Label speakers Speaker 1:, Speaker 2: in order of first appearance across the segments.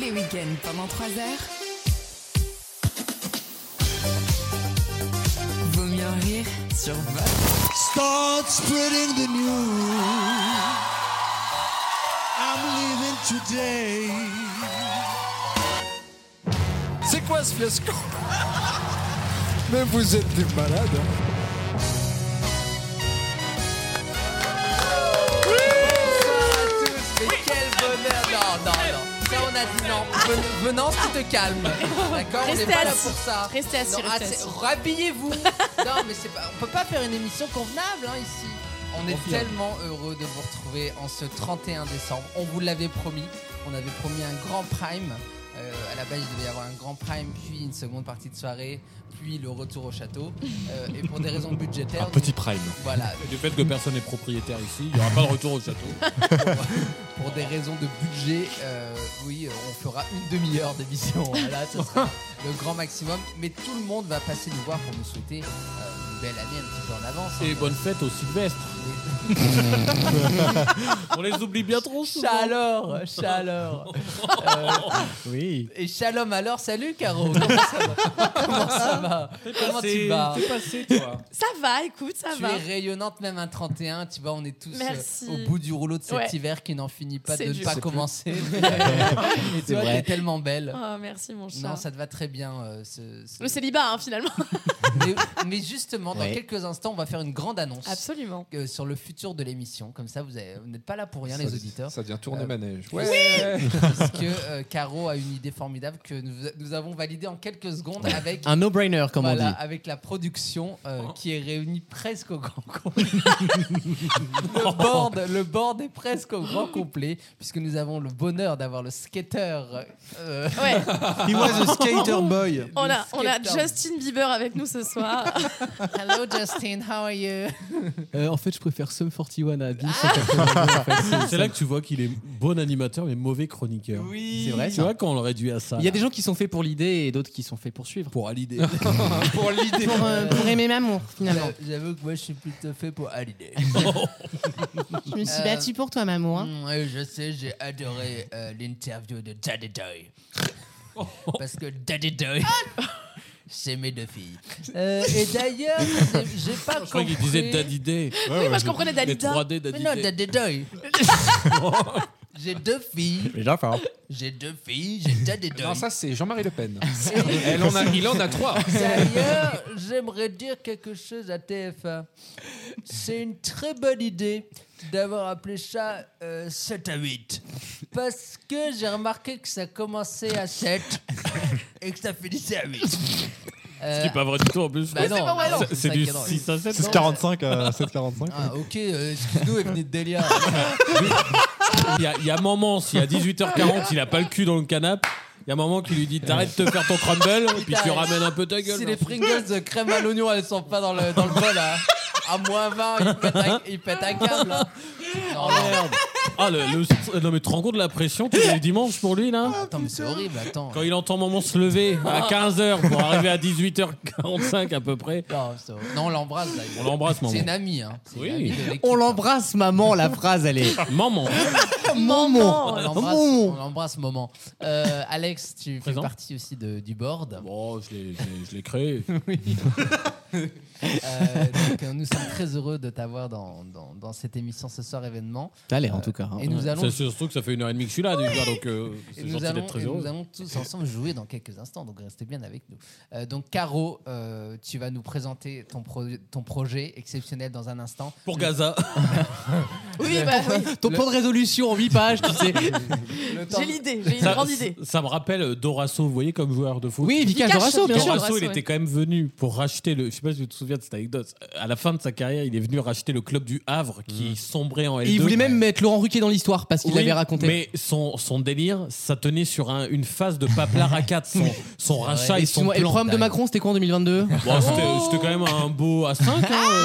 Speaker 1: les week-ends pendant 3 heures. Vaut mieux en rire sur Vaut.
Speaker 2: Start spreading the news. I'm leaving today.
Speaker 3: C'est quoi ce fiasco Mais vous êtes des malades. hein.
Speaker 4: Mais quel bonheur Non, non, non. Ça, on a dit non. Ven- Venance, tu te calmes. D'accord On n'est
Speaker 5: Ah. Restez
Speaker 4: pas là
Speaker 5: assis.
Speaker 4: pour ça.
Speaker 5: Restez assis,
Speaker 4: Non, ah,
Speaker 5: restez
Speaker 4: assez-
Speaker 5: assis.
Speaker 4: Rhabillez-vous. Non, mais c'est pas... on peut pas faire une émission convenable hein, ici. On est tellement heureux de vous retrouver en ce 31 décembre. On vous l'avait promis. On avait promis un grand prime. Euh, à la base, il devait y avoir un grand prime, puis une seconde partie de soirée, puis le retour au château. Euh, et pour des raisons budgétaires.
Speaker 6: Un petit prime.
Speaker 4: Voilà,
Speaker 7: Du fait que personne n'est propriétaire ici, il n'y aura pas de retour au château.
Speaker 4: pour des raisons de budget, euh, oui, euh, on fera une demi-heure d'émission. Voilà, ce sera le grand maximum. Mais tout le monde va passer nous voir pour nous souhaiter euh, une belle année un petit peu en avance. hein.
Speaker 7: Et bonne fête au Sylvestre. On les oublie bien trop souvent.
Speaker 4: Chaleur, chaleur. Euh,
Speaker 6: Oui.
Speaker 4: Et shalom alors, salut Caro. Comment ça va Comment ça va Comment tu vas
Speaker 7: T'es passé, toi.
Speaker 5: Ça va, écoute, ça
Speaker 4: tu
Speaker 5: va.
Speaker 4: es rayonnante même un 31, tu vois, on est tous euh,
Speaker 5: Merci.
Speaker 4: au bout du rouleau de cet
Speaker 5: Ouais.
Speaker 4: hiver qui n'en finit pas
Speaker 5: C'est
Speaker 4: de ne
Speaker 5: dur.
Speaker 4: pas
Speaker 5: C'est
Speaker 4: commencer. Et
Speaker 6: C'est
Speaker 4: toi,
Speaker 6: vrai.
Speaker 4: t'es tellement belle.
Speaker 5: Oh, merci mon chat.
Speaker 4: Non, ça te va très bien. euh, ce- ce-
Speaker 5: Le célibat, hein, finalement.
Speaker 4: mais, mais justement, dans
Speaker 6: Ouais.
Speaker 4: quelques instants, on va faire une grande annonce
Speaker 5: Absolument.
Speaker 4: euh, sur le futur de l'émission. Comme ça, vous avez- vous n'êtes pas là pour rien, les auditeurs.
Speaker 3: Ça devient tourner
Speaker 4: Euh,
Speaker 3: manège. Ouais.
Speaker 4: Parce que euh, Caro a une idée formidable que nous, nous avons validée en quelques secondes avec.
Speaker 6: Un no-brainer, comme
Speaker 4: voilà,
Speaker 6: on dit.
Speaker 4: avec la production euh, qui est réunie presque au grand complet. le, board, le board est presque au grand complet, puisque nous avons le bonheur d'avoir le skater. euh,
Speaker 5: Ouais,
Speaker 2: He was a skater boy.
Speaker 5: on a,
Speaker 4: Le
Speaker 5: on a
Speaker 4: skater.
Speaker 5: Justin Bieber avec nous ce soir.
Speaker 4: Hello Justin, how are you?
Speaker 6: Euh, en fait, je préfère Sum 41 à
Speaker 4: Ah
Speaker 6: Abyss.
Speaker 7: C'est là que tu vois qu'il est bon animateur mais mauvais chroniqueur.
Speaker 4: Oui,
Speaker 6: C'est vrai,
Speaker 7: Tu
Speaker 6: ça.
Speaker 7: vois qu'on le réduit à ça.
Speaker 6: Il y a des gens qui sont faits pour l'idée et d'autres qui sont faits pour suivre.
Speaker 7: pour à l'idée.
Speaker 3: Pour l'idée.
Speaker 8: pour, euh, pour aimer maman, finalement.
Speaker 4: J'avoue- J'avoue que moi, je suis plutôt fait pour Hallyday.
Speaker 8: Je me suis
Speaker 4: Euh,
Speaker 8: battue pour toi, maman. hein.
Speaker 4: Mm, ouais, je sais, j'ai adoré euh, l'interview de Daddy Doy. Parce que Daddy Doy, c'est mes deux filles. Euh, et d'ailleurs, j'ai- j'ai pas
Speaker 7: Je crois
Speaker 4: compris.
Speaker 7: qu'il disait Daddy Day.
Speaker 5: oui, moi je comprenais
Speaker 7: Les
Speaker 5: Dalida.
Speaker 7: 3D
Speaker 4: Mais
Speaker 7: Daddy
Speaker 4: non,
Speaker 7: Day.
Speaker 4: Daddy Doy. j'ai deux filles,
Speaker 6: Déjà,
Speaker 4: j'ai deux filles, j'ai Daddy Doy.
Speaker 3: Non, ça, c'est Jean-Marie Le Pen. Elle en a, il en a trois.
Speaker 4: D'ailleurs, j'aimerais dire quelque chose à TF1. C'est une très bonne idée d'avoir appelé ça euh, 7 à 8. Parce que j'ai remarqué que ça commençait à 7 et que ça finissait à 8. Euh,
Speaker 7: C'est pas vrai du tout en plus.
Speaker 4: bah non, bah non,
Speaker 7: C'est-
Speaker 4: ça
Speaker 7: C'est du
Speaker 4: qui est drôle.
Speaker 7: 6 à 7.
Speaker 9: 6,45 à 7,45.
Speaker 4: Ah, ok, euh, excuse-nous, est venu de Delia.
Speaker 7: Il y a- il y, a Maman, si à 18h40 il a pas le cul dans le canapé, il y a Maman qui lui dit t'arrêtes de te faire ton crumble, puis tu
Speaker 4: t'arrête.
Speaker 7: ramènes un peu ta gueule. hein.
Speaker 4: Si les Pringles de crème à l'oignon, elles sont pas dans le, dans le bol, hein. à moins 20, il pète un, il pète un câble. hein. Non, non.
Speaker 7: Ah, le, le- non mais tu te rends compte de la pression tous les dimanches pour lui là
Speaker 4: Attends, mais c'est horrible, attends.
Speaker 7: Quand il entend maman se lever à 15h pour arriver à 18h45 à peu près,
Speaker 4: Non, c'est horrible. Non, on l'embrasse là.
Speaker 7: on l'embrasse
Speaker 4: C'est
Speaker 7: maman.
Speaker 4: une amie, hein. C'est
Speaker 7: Oui.
Speaker 4: une amie de l'équipe.
Speaker 6: On l'embrasse, maman. La phrase, elle est.
Speaker 7: Maman,
Speaker 6: maman.
Speaker 4: On l'embrasse, on l'embrasse, moment. Euh, Alex, tu fais
Speaker 7: Présent.
Speaker 4: partie aussi de- du board.
Speaker 7: bon, Oh, je l'ai- je l'ai- je l'ai créé.
Speaker 4: Euh, donc, euh, nous sommes très heureux de t'avoir dans, dans, dans cette émission ce soir événement. Euh,
Speaker 6: T'as l'air, en tout cas. hein.
Speaker 4: Et nous allons,
Speaker 7: C'est surtout que ça fait une heure et demie que je suis là, déjà, donc euh,
Speaker 4: et
Speaker 7: c'est
Speaker 4: nous
Speaker 7: gentil
Speaker 4: allons-
Speaker 7: d'être très
Speaker 4: et nous
Speaker 7: heureux.
Speaker 4: allons tous ensemble jouer dans quelques instants, donc restez bien avec nous. Euh, donc Caro, euh, tu vas nous présenter ton, pro- ton projet exceptionnel dans un instant.
Speaker 7: Pour Gaza,
Speaker 5: Oui, bah oui.
Speaker 6: Ton plan de résolution en 8 pages, tu sais.
Speaker 4: Le
Speaker 5: J'ai l'idée, j'ai une
Speaker 7: ça,
Speaker 5: grande idée.
Speaker 7: ça me rappelle euh, Dorasso, vous voyez, comme joueur de foot.
Speaker 6: Oui, Vika
Speaker 5: Vika
Speaker 6: Jorasso, bien
Speaker 5: Jorasso.
Speaker 6: sûr.
Speaker 7: Dorasso, il
Speaker 5: ouais.
Speaker 7: était quand même venu pour racheter le. Je sais pas si tu te souviens de cette anecdote. À la fin de sa carrière, il est venu racheter le club du Havre qui sombrait en L2.
Speaker 6: Mmh. Et il voulait même mettre Laurent Ruquier dans l'histoire parce qu'il
Speaker 7: Oui,
Speaker 6: l'avait raconté.
Speaker 7: Mais son, son délire, ça tenait sur un- une phase de paplar à 4, son, son rachat et son
Speaker 6: Excuse-moi, et le
Speaker 7: plan.
Speaker 6: programme de Macron, c'était quoi en 2022
Speaker 7: Bon, c'était c'était quand même un beau A5, hein,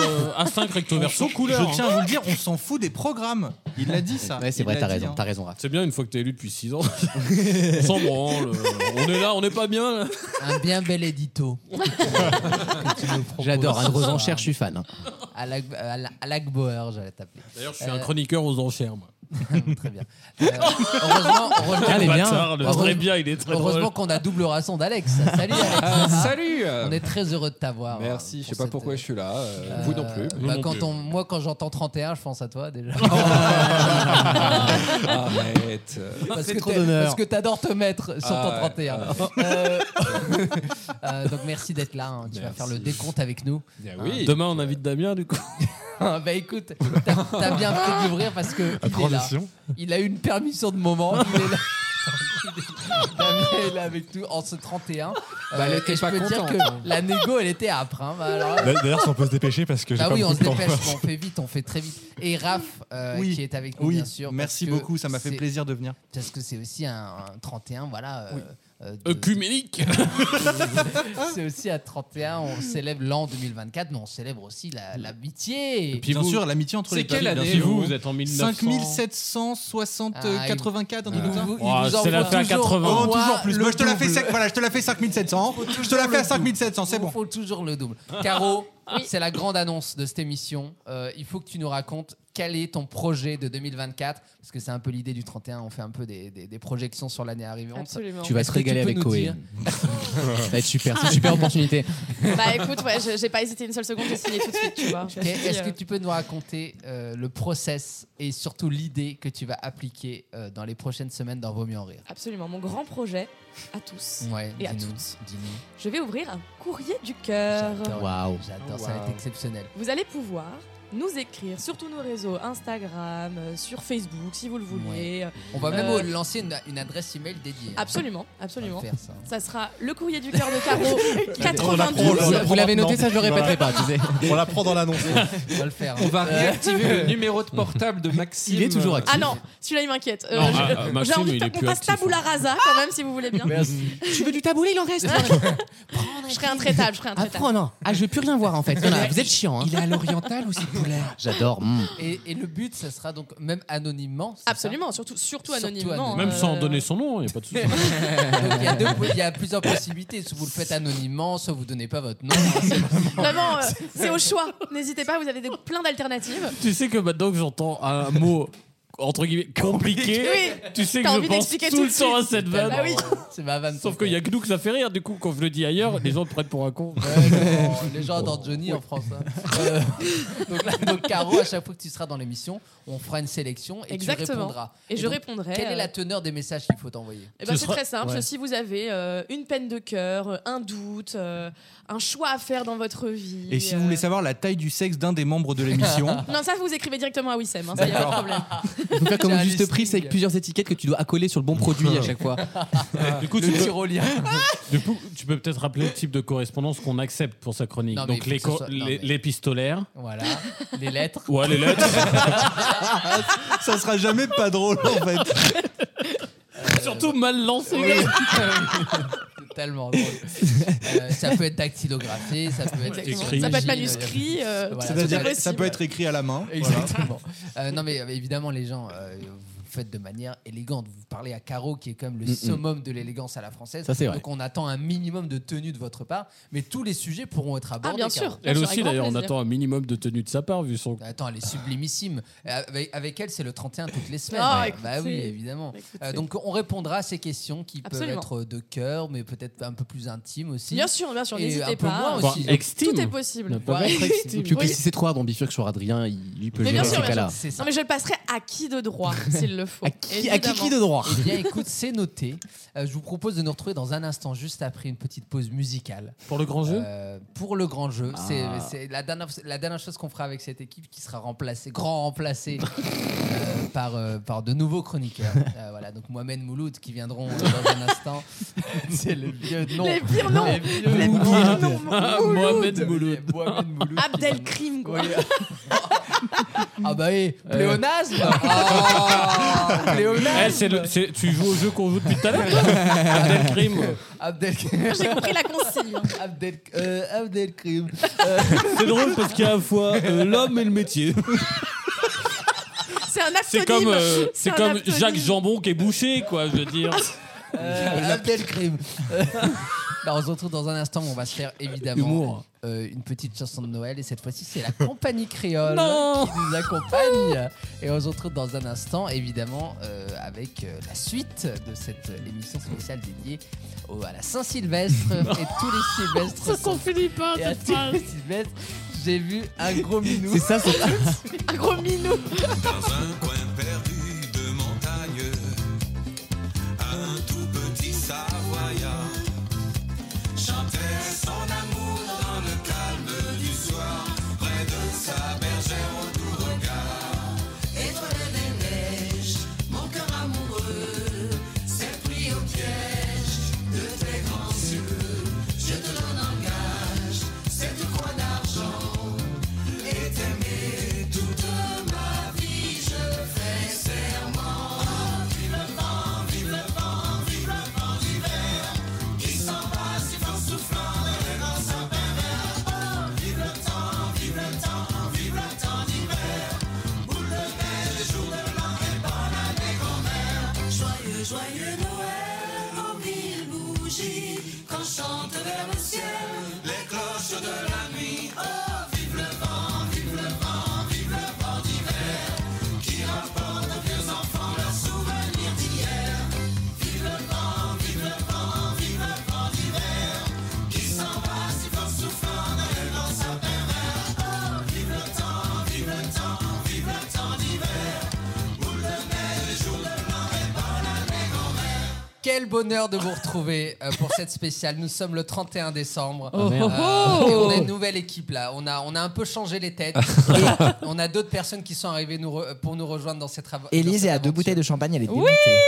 Speaker 7: euh, A5 recto verso couleur. hein.
Speaker 9: Je tiens à vous le dire, on s'en fout des programmes. Il l'a dit ça. Il l'a dit, hein.
Speaker 6: raison, Raph.
Speaker 7: C'est bien une fois que t'es élu depuis 6 ans. on s'en branle. euh, On est là, on n'est pas bien. là.
Speaker 4: Un bien bel édito. que tu nous proposes
Speaker 6: J'adore, un gros
Speaker 4: ce
Speaker 6: enchères, je suis
Speaker 4: soir.
Speaker 6: fan. hein.
Speaker 4: Alak- Alak- Alak Bauer, j'allais t'appeler. Euh,
Speaker 7: D'ailleurs, je suis un chroniqueur aux enchères. moi.
Speaker 4: très bien. Euh, heureusement, heureusement-
Speaker 7: Quel
Speaker 6: est bien.
Speaker 7: bâtard, le
Speaker 4: Heureusement-
Speaker 7: très bien, il est très
Speaker 4: heureusement
Speaker 7: drôle.
Speaker 4: qu'on a double ration d'Alex. Salut Alex.
Speaker 10: Euh, Salut
Speaker 4: On est très heureux de t'avoir.
Speaker 10: Merci, je sais
Speaker 4: pour
Speaker 10: pas
Speaker 4: cette-
Speaker 10: pourquoi je suis là. euh,
Speaker 4: Euh,
Speaker 10: vous non plus.
Speaker 4: bah,
Speaker 7: non
Speaker 4: quand
Speaker 7: plus.
Speaker 4: on- moi, quand j'entends 31, je pense à toi déjà.
Speaker 10: Arrête. euh,
Speaker 4: parce,
Speaker 6: C'est
Speaker 4: que
Speaker 6: trop
Speaker 4: t'es-
Speaker 6: d'honneur.
Speaker 4: parce que t'adores te mettre sur
Speaker 10: Ah
Speaker 4: ton
Speaker 10: ouais,
Speaker 4: 31. Euh, euh, donc merci d'être là. hein. Tu vas faire le décompte avec nous. Hein.
Speaker 10: bien oui.
Speaker 7: Demain, on invite Damien, du coup.
Speaker 4: bah écoute, t'as t'as bien fait de l'ouvrir parce que il est là. Il a eu une permission de moment. Il est là. Damien est là avec nous en ce 31.
Speaker 10: Bah, elle
Speaker 4: Euh,
Speaker 10: était
Speaker 4: et je
Speaker 10: pas
Speaker 4: peux dire
Speaker 10: contente,
Speaker 4: que
Speaker 10: hein.
Speaker 4: la négo, elle était âpre. hein. Bah, alors là,
Speaker 11: D'ailleurs, si on peut se dépêcher parce que j'ai
Speaker 4: Ah
Speaker 11: pas
Speaker 4: oui, on se
Speaker 11: beaucoup de temps.
Speaker 4: dépêche, on fait vite, on fait très vite. Et Raph, euh,
Speaker 2: Oui,
Speaker 4: qui est avec nous,
Speaker 2: Oui,
Speaker 4: bien sûr.
Speaker 2: merci
Speaker 4: parce que
Speaker 2: beaucoup, ça m'a fait
Speaker 4: c'est-
Speaker 2: plaisir de venir.
Speaker 4: Parce que c'est aussi un, un 31, voilà. euh, euh, de-
Speaker 7: Œcuménique.
Speaker 4: c'est aussi à 31, on célèbre l'an 2024, mais on célèbre aussi la- l'amitié.
Speaker 7: Et puis
Speaker 2: bien
Speaker 7: vous-
Speaker 2: sûr, l'amitié entre
Speaker 7: C'est
Speaker 2: les
Speaker 7: quelle
Speaker 2: peuples, bien
Speaker 7: année
Speaker 2: sûr.
Speaker 7: vous Vous êtes en 1900
Speaker 4: Ah, il-
Speaker 2: 5784
Speaker 4: Il nous- il
Speaker 7: Oh,
Speaker 4: nous
Speaker 7: c'est
Speaker 4: envoie
Speaker 7: la fin à
Speaker 4: toujours-
Speaker 7: 80.
Speaker 4: on
Speaker 2: Oh,
Speaker 4: voit
Speaker 2: toujours plus.
Speaker 4: le
Speaker 2: Moi, je te la fais,
Speaker 4: double.
Speaker 2: sec- voilà, je te la fais 5700.
Speaker 6: hein.
Speaker 2: Je te la fais à 5700, c'est bon.
Speaker 4: Il faut toujours le double. Caro, c'est la grande annonce de cette émission. Euh, il faut que tu nous racontes quel est ton projet de 2024, parce que c'est un peu l'idée du 31, on fait un peu des, des- des projections sur l'année arrivante.
Speaker 5: Absolument.
Speaker 6: Tu vas
Speaker 4: Est-ce
Speaker 6: te
Speaker 4: que tu
Speaker 6: régaler
Speaker 4: peux
Speaker 6: avec
Speaker 4: nous
Speaker 6: Koé.
Speaker 4: dire
Speaker 6: Ça va être super, c'est une super opportunité.
Speaker 5: Bah écoute, ouais, je- j'ai pas hésité une seule seconde, j'ai signé tout de suite, tu vois. Je me
Speaker 4: Ok,
Speaker 5: suis dit,
Speaker 4: Est-ce
Speaker 5: euh,
Speaker 4: que tu peux nous raconter euh, le process et surtout l'idée que tu vas appliquer euh, dans les prochaines semaines dans Vaut mieux en rire
Speaker 5: euh, Absolument, mon grand projet à tous.
Speaker 4: Ouais,
Speaker 5: Et à
Speaker 4: dis-nous,
Speaker 5: toutes.
Speaker 4: dis-nous.
Speaker 5: Je vais ouvrir un courrier du cœur.
Speaker 4: J'adore,
Speaker 6: Waouh.
Speaker 4: J'adore, ça va être exceptionnel.
Speaker 5: Vous allez pouvoir nous écrire sur tous nos réseaux, Instagram, euh, sur Facebook, si vous le voulez.
Speaker 4: On va même
Speaker 5: Euh,
Speaker 4: lancer une, une adresse email dédiée. hein.
Speaker 5: Absolument,
Speaker 4: On va
Speaker 5: absolument.
Speaker 4: faire ça.
Speaker 5: Ça sera le courrier du cœur de Caro
Speaker 11: Oh, là,
Speaker 5: 92.
Speaker 11: on
Speaker 6: Vous-
Speaker 11: la
Speaker 6: Vous
Speaker 11: prend
Speaker 6: l'avez
Speaker 11: maintenant.
Speaker 6: noté, ça je le répéterai pas. tu sais.
Speaker 11: On la prend dans l'annonce.
Speaker 4: On va le faire.
Speaker 10: On va
Speaker 4: Euh,
Speaker 10: réactiver le numéro de portable de Maxime.
Speaker 6: Il est toujours
Speaker 10: Euh,
Speaker 6: actif.
Speaker 5: Ah non, celui-là il m'inquiète. Euh,
Speaker 7: Non,
Speaker 5: je-
Speaker 7: ah, ah,
Speaker 5: J'ai
Speaker 7: Maxime,
Speaker 5: envie
Speaker 7: il est
Speaker 5: de- qu'on
Speaker 7: plus
Speaker 5: fasse
Speaker 7: actif. hein.
Speaker 5: tabula rasa quand même si vous voulez bien.
Speaker 6: Tu veux du taboulé, il en reste
Speaker 5: Je serai intraitable, je serai
Speaker 6: Ah,
Speaker 5: intraitable.
Speaker 6: prends, non. Ah, je veux plus rien voir en fait. Non, non, vous êtes chiant. Hein.
Speaker 4: Il est à l'oriental ou c'est polaire
Speaker 6: J'adore. mm.
Speaker 4: et, et le but, ça sera donc même anonymement. c'est ça
Speaker 5: Absolument, surtout,
Speaker 4: Surtout
Speaker 5: surtout anonymement.
Speaker 4: anonymement.
Speaker 7: Même sans
Speaker 5: euh,
Speaker 7: donner son nom, il n'y a pas de souci.
Speaker 4: Donc, il, y a deux- il y a plusieurs possibilités. Soit vous le faites anonymement, soit vous donnez pas votre nom.
Speaker 5: Vraiment, euh, c'est au choix. N'hésitez pas, vous avez des- plein d'alternatives.
Speaker 7: tu sais que maintenant que j'entends un mot entre guillemets compliqué,
Speaker 5: Oui.
Speaker 7: tu sais que
Speaker 5: T'as
Speaker 7: je
Speaker 5: envie
Speaker 7: pense
Speaker 5: d'expliquer
Speaker 7: tout
Speaker 5: tout
Speaker 7: le
Speaker 5: de
Speaker 7: temps à
Speaker 5: suite.
Speaker 7: cette vanne.
Speaker 5: Bah oui.
Speaker 4: C'est ma vanne.
Speaker 7: Sauf qu'il y a que nous que ça fait rire, du coup, quand je le dis ailleurs, les gens te prennent pour un con.
Speaker 4: Ouais, comment- les gens adorent Johnny en France. hein. Euh, donc, là, donc, Caro, à chaque fois que tu seras dans l'émission, on fera une sélection et tu
Speaker 5: Exactement.
Speaker 4: répondras.
Speaker 5: Et je
Speaker 4: donc,
Speaker 5: répondrai.
Speaker 4: Quelle est la
Speaker 5: euh,
Speaker 4: teneur des messages qu'il faut envoyer
Speaker 5: eh ben,
Speaker 7: Ce
Speaker 5: c'est
Speaker 7: sera-
Speaker 5: très simple.
Speaker 4: Ouais.
Speaker 5: Si vous avez euh, une peine de cœur, euh, un doute, euh, un choix à faire dans votre vie.
Speaker 2: Et si
Speaker 5: euh,
Speaker 2: vous voulez savoir la taille du sexe d'un des membres de l'émission,
Speaker 5: Non, ça, vous écrivez directement à Wissem. hein, ça y a pas de problème.
Speaker 6: Faut faire comme
Speaker 4: J'ai
Speaker 6: au
Speaker 4: un
Speaker 6: juste prix, c'est
Speaker 4: listing.
Speaker 6: avec plusieurs étiquettes que tu dois accoler sur le bon produit à chaque fois.
Speaker 7: Du coup,
Speaker 4: Le
Speaker 7: tu peux,
Speaker 4: tyrolien.
Speaker 7: du coup, tu peux peut-être rappeler le type de correspondance qu'on accepte pour sa chronique.
Speaker 4: Non, mais il
Speaker 7: Donc,
Speaker 4: faut
Speaker 7: les,
Speaker 4: que ce
Speaker 7: co-
Speaker 4: soit- non,
Speaker 7: les,
Speaker 4: mais-
Speaker 7: les pistolaires.
Speaker 4: Voilà. Les lettres.
Speaker 7: Ouais, les lettres.
Speaker 2: ça sera jamais pas drôle en fait.
Speaker 7: Surtout mal lancé.
Speaker 4: Oui. C'est tellement drôle. Euh, ça peut être dactylographié, ça peut être
Speaker 5: Exactement.
Speaker 7: Écrit.
Speaker 5: Ça peut être manuscrit. euh,
Speaker 4: Voilà.
Speaker 5: tout
Speaker 4: C'est-à-dire,
Speaker 5: est possible.
Speaker 2: Ça peut être écrit à la main.
Speaker 4: Exactement. Euh, non, mais euh, évidemment, les gens, euh, vous faites de manière élégante. Vous parlez à Caro, qui est quand même le summum de l'élégance à la française.
Speaker 6: Ça, c'est vrai.
Speaker 4: Donc, on attend un minimum de tenue de votre part, mais tous les sujets pourront être abordés.
Speaker 5: Ah, bien
Speaker 4: Caro.
Speaker 5: sûr.
Speaker 7: Elle
Speaker 5: Avec
Speaker 7: aussi,
Speaker 5: grand
Speaker 7: d'ailleurs, on
Speaker 5: plaisir.
Speaker 7: attend un minimum de tenue de sa part, vu son.
Speaker 4: Attends, elle est sublimissime. Euh, Avec, avec elle, c'est le 31 toutes les semaines.
Speaker 5: Ah,
Speaker 4: Ouais.
Speaker 5: écoutez.
Speaker 4: bah oui, évidemment.
Speaker 5: Écoutez.
Speaker 4: Euh, donc, on répondra à ces questions qui
Speaker 5: Absolument.
Speaker 4: peuvent être de cœur, mais peut-être un peu plus intimes aussi.
Speaker 5: Bien sûr, bien sûr,
Speaker 4: Et un
Speaker 5: n'hésitez
Speaker 4: peu moins
Speaker 5: pas.
Speaker 4: hein, aussi.
Speaker 7: Enfin,
Speaker 4: Tout
Speaker 7: extime.
Speaker 5: Tout est possible.
Speaker 7: Ne pas
Speaker 4: Ouais.
Speaker 7: mettre extime.
Speaker 6: Puis
Speaker 5: Oui.
Speaker 6: que si c'est trop dans Bifurc sur Adrien, il il peut
Speaker 5: Mais
Speaker 6: jouer
Speaker 5: bien
Speaker 6: dans
Speaker 5: sûr,
Speaker 6: ces
Speaker 5: bien
Speaker 6: cas-là.
Speaker 4: C'est ça.
Speaker 5: Non, mais je le passerai à qui de droit, s'il le faut.
Speaker 6: À qui, à qui qui de droit
Speaker 4: Eh bien, écoute, c'est noté. Euh, je vous propose de nous retrouver dans un instant, juste après une petite pause musicale.
Speaker 7: Pour le grand jeu
Speaker 4: Euh, pour le grand jeu,
Speaker 6: Ah.
Speaker 4: c'est- c'est la dernière, la dernière chose qu'on fera avec cette équipe qui sera remplacée, grand remplacé euh, par, euh, par de nouveaux chroniqueurs. Euh, voilà, donc Mohamed Mouloud qui viendront euh, dans un instant. c'est le vieux nom.
Speaker 5: Les pires noms.
Speaker 4: Les vieux
Speaker 5: Les
Speaker 4: noms. Ah,
Speaker 5: pires noms.
Speaker 7: Mohamed Mouloud.
Speaker 4: Mohamed Mouloud.
Speaker 5: Abdelkrim, quoi.
Speaker 4: Ah bah oui,
Speaker 7: Euh,
Speaker 4: pléonasme Oh, Pléonasme
Speaker 7: Eh, c'est le- c'est- tu joues au jeu qu'on joue depuis tout à l'heure toi Abdelkrim.
Speaker 4: Abdel-
Speaker 5: J'ai compris la consigne.
Speaker 4: Abdel, euh, Abdelkrim.
Speaker 7: C'est drôle parce qu'il y a à la fois euh, l'homme et le métier.
Speaker 5: C'est un acronyme.
Speaker 7: C'est comme, euh, c'est
Speaker 5: un
Speaker 7: comme
Speaker 5: acronyme.
Speaker 7: Jacques Jambon qui est bouché, quoi, je veux dire.
Speaker 4: Euh, Abdelkrim. Alors, on se retrouve dans un instant où on va se faire évidemment
Speaker 6: Humour.
Speaker 4: euh, une petite chanson de Noël. Et cette fois-ci, c'est la compagnie créole
Speaker 6: Non.
Speaker 4: qui nous accompagne. Et on se retrouve dans un instant, évidemment, euh, avec euh, la suite de cette euh, émission spéciale dédiée au- à la Saint-Sylvestre. et tous les Sylvestres.
Speaker 5: Ça s'en finit pas,
Speaker 4: Et à
Speaker 5: cette
Speaker 4: tous les
Speaker 5: phrase.
Speaker 4: Sylvestres, j'ai vu un gros minou.
Speaker 6: C'est ça, c'est-
Speaker 5: Un gros minou.
Speaker 12: Dans un coin perdu de montagne, un tout petit Savoyard chantait son amour dans le calme du soir, près de sa bergère au doux regard.
Speaker 13: Étoile des neiges, mon cœur amoureux s'est pris au piège de tes grands yeux. Je te donne en gage cette croix d'argent et t'aimer toute ma vie. Je fais serment. Vive le vent, vive le vent, vive le vent d'hiver qui s'en va si fort soufflant et dans sa pervers. Oh, Vive le temps, vive le temps, vive le temps d'hiver. Boule de neige, jour de l'an et bonne année grand-mère Joyeux, joyeux Noël, en mille bougies Quand chante vers le ciel les cloches de la nuit Oh, vive le vent, vive le vent, vive le vent d'hiver Qui rapporte aux vieux enfants leurs souvenirs d'hier Vive le vent, vive le vent, vive le vent d'hiver Qui s'en va si fort soufflant d'aller dans sa pervers Oh, vive le temps, vive le temps, vive le temps d'hiver Boule de neige, jour de l'an et bonne année grand-mère
Speaker 4: Quel bonheur de vous retrouver euh, pour cette spéciale. Nous sommes le 31 décembre. Euh,
Speaker 13: Oh, merde.
Speaker 4: et on a
Speaker 13: Oh.
Speaker 4: une nouvelle équipe là. On a, on a un peu changé les têtes. on a d'autres personnes qui sont arrivées nous re- euh, pour nous rejoindre dans ces travaux.
Speaker 14: Élise est à deux bouteilles de champagne, elle est
Speaker 4: Oui.
Speaker 14: dégoûtée.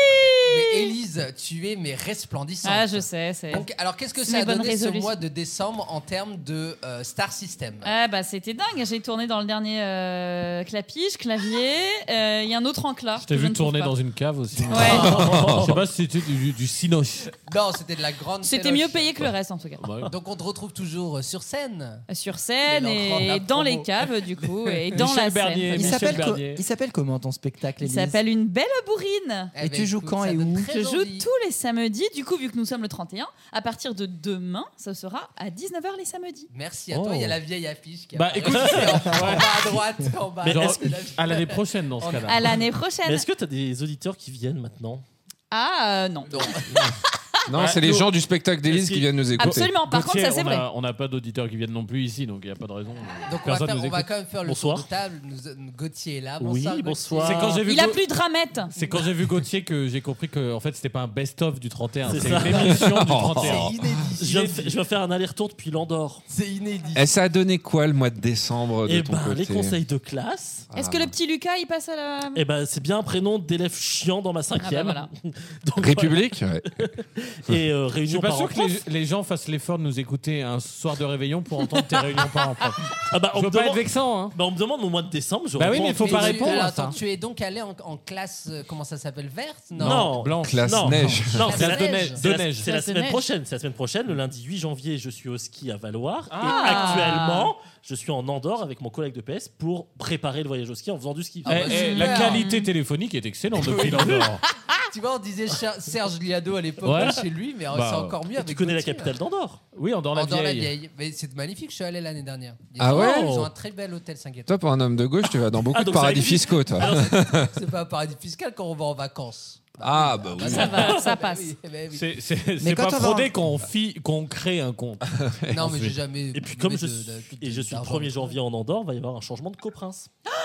Speaker 4: Mais Élise, tu es mais resplendissante.
Speaker 15: Ah, je sais, c'est-
Speaker 4: Donc, alors qu'est-ce que
Speaker 15: c'est
Speaker 4: ça
Speaker 15: mes
Speaker 4: a
Speaker 15: bonnes
Speaker 4: donné ce
Speaker 15: résolutions.
Speaker 4: mois de décembre en termes de euh, Star System
Speaker 15: Ah bah c'était dingue, j'ai tourné dans le dernier euh, clapiche, clavier, euh, il y a un autre enclat.
Speaker 7: Je t'ai
Speaker 15: que
Speaker 7: vu
Speaker 15: ne
Speaker 7: tourner
Speaker 15: trouve
Speaker 7: dans
Speaker 15: pas.
Speaker 7: une cave aussi.
Speaker 15: Ouais.
Speaker 7: Je sais pas si c'était du, du, du cinoche.
Speaker 4: Non, Oh, c'était de la grande.
Speaker 15: C'était
Speaker 4: téloche.
Speaker 15: mieux payé que le reste en tout cas.
Speaker 7: Ah bah
Speaker 4: Donc on te retrouve toujours euh, sur scène.
Speaker 15: Sur scène
Speaker 4: Les lanceurs de la
Speaker 15: et dans les
Speaker 4: promo.
Speaker 15: caves du coup et dans la scène.
Speaker 14: il s'appelle co- il s'appelle comment ton spectacle
Speaker 15: Il
Speaker 14: Élise
Speaker 15: s'appelle Une belle bourrine.
Speaker 14: Et Eh ben, tu joues écoute, quand ça et donne où très
Speaker 15: Je joue
Speaker 14: envie.
Speaker 15: tous les samedis. Du coup, vu que nous sommes le 31, à partir de demain, ça sera à 19h les samedis.
Speaker 4: Merci à toi. Il y a la vieille affiche qui
Speaker 7: Oh. Bah
Speaker 4: apparaît.
Speaker 7: écoute,
Speaker 4: en bas à droite, en bas
Speaker 7: Mais
Speaker 4: à
Speaker 7: est-ce-
Speaker 4: droite.
Speaker 7: à l'année prochaine dans ce
Speaker 4: On-
Speaker 7: cas-là.
Speaker 15: À l'année prochaine.
Speaker 16: Mais Est-ce que t'as des auditeurs qui viennent maintenant
Speaker 15: Ah euh, non.
Speaker 7: Ah,
Speaker 10: Non, c'est les
Speaker 7: nous-
Speaker 10: gens du spectacle d'Élise
Speaker 7: Est-ce
Speaker 10: qui viennent nous écouter.
Speaker 15: Absolument, par contre, ça, c'est
Speaker 7: on
Speaker 15: vrai.
Speaker 7: a- on n'a pas d'auditeurs qui viennent non plus ici, donc il n'y a pas de raison.
Speaker 4: Donc on va,
Speaker 7: Personne
Speaker 4: faire-
Speaker 7: nous
Speaker 4: on va
Speaker 7: écoute.
Speaker 4: quand même faire le
Speaker 7: Bonsoir.
Speaker 4: tour de table. Nous, Gauthier est là.
Speaker 7: Oui,
Speaker 4: Bonsoir. Gauthier.
Speaker 7: bonsoir. C'est quand j'ai vu
Speaker 15: Il a
Speaker 7: Gau-
Speaker 15: plus de ramettes.
Speaker 7: C'est quand j'ai vu Gauthier que j'ai compris que en fait c'était pas un best-of du 31,
Speaker 16: C'est
Speaker 7: c'est
Speaker 16: ça.
Speaker 7: une
Speaker 10: Oh.
Speaker 7: émission du 31.
Speaker 16: C'est inédit. Je viens de fa- je viens de faire un aller-retour depuis l'Andorre.
Speaker 4: C'est inédit.
Speaker 10: Et ça a donné quoi le mois de décembre de
Speaker 16: Eh
Speaker 10: ton
Speaker 16: ben,
Speaker 10: côté Ah.
Speaker 16: les conseils de
Speaker 7: Ah
Speaker 16: classe.
Speaker 15: Est-ce que le petit Lucas il passe à la.
Speaker 16: Eh ben, c'est bien un prénom d'élève chiant dans ma cinquième.
Speaker 15: Ah bah
Speaker 16: Donc,
Speaker 10: République ouais.
Speaker 16: voilà. Et euh,
Speaker 7: Je suis
Speaker 16: réunion
Speaker 7: pas sûr
Speaker 16: par
Speaker 7: que les, les gens fassent l'effort de nous écouter un soir de réveillon pour entendre tes réunions parents prof.
Speaker 16: Ah bah, on
Speaker 7: je veux
Speaker 16: me
Speaker 7: pas
Speaker 16: demande-
Speaker 7: être vexant. Hein.
Speaker 16: Bah, on me demande mon mois de décembre. je
Speaker 7: Bah oui,
Speaker 16: réponds.
Speaker 7: mais il faut
Speaker 4: Mais
Speaker 7: pas
Speaker 4: tu-
Speaker 7: répondre
Speaker 4: alors,
Speaker 7: à ça.
Speaker 4: attends, tu es donc allé en, en classe, euh, comment ça s'appelle, verte
Speaker 16: Non,
Speaker 7: Classe
Speaker 16: non.
Speaker 7: neige.
Speaker 16: Non,
Speaker 7: Classe
Speaker 16: c'est la,
Speaker 7: de neige.
Speaker 16: c'est la-
Speaker 7: De neige.
Speaker 16: c'est la
Speaker 7: Classe de
Speaker 16: semaine
Speaker 7: neige.
Speaker 16: prochaine. C'est la semaine prochaine, le lundi 8 janvier, je suis au ski à Valoir.
Speaker 15: Ah.
Speaker 16: Et actuellement, je suis en Andorre avec mon collègue de PS pour préparer le voyage au ski en faisant du ski.
Speaker 7: Eh,
Speaker 10: Ah bah
Speaker 7: eh, la qualité téléphonique est excellente depuis l'Andorre.
Speaker 4: Tu vois, on disait Cher- Serge Liado à l'époque
Speaker 7: Ouais.
Speaker 4: chez lui, mais euh,
Speaker 7: Bah,
Speaker 4: c'est encore mieux.
Speaker 7: tu
Speaker 4: avec
Speaker 7: connais la
Speaker 4: Gauthier,
Speaker 7: capitale
Speaker 4: hein.
Speaker 16: d'Andorre
Speaker 7: Oui, Andorre la
Speaker 4: Andorre
Speaker 7: Vieille.
Speaker 4: Mais c'est magnifique, je suis allé l'année dernière. Ils
Speaker 10: Ah
Speaker 4: ont-
Speaker 10: ouais
Speaker 4: Ils ont un très bel hôtel 5 étoiles.
Speaker 10: Toi, pour un homme de gauche, tu vas dans beaucoup
Speaker 4: Ah,
Speaker 10: de
Speaker 4: donc
Speaker 10: paradis
Speaker 4: ça existe.
Speaker 10: fiscaux, toi.
Speaker 4: Alors, C'est pas un paradis fiscal quand on va en vacances.
Speaker 10: Ah, bah oui.
Speaker 4: Ça va, ça
Speaker 15: passe.
Speaker 7: C'est- C'est
Speaker 4: Eh ben Mais
Speaker 7: c'est
Speaker 4: quand
Speaker 7: pas
Speaker 4: on va en-
Speaker 7: fraudé qu'on fi- qu'on crée un compte.
Speaker 4: Non, mais j'ai
Speaker 7: Ensuite.
Speaker 4: jamais.
Speaker 16: Et puis comme je
Speaker 4: de-
Speaker 16: suis,
Speaker 4: de-
Speaker 16: et je suis le
Speaker 4: d'argent.
Speaker 16: 1er janvier en Andorre, il va y avoir un changement de coprince. Parce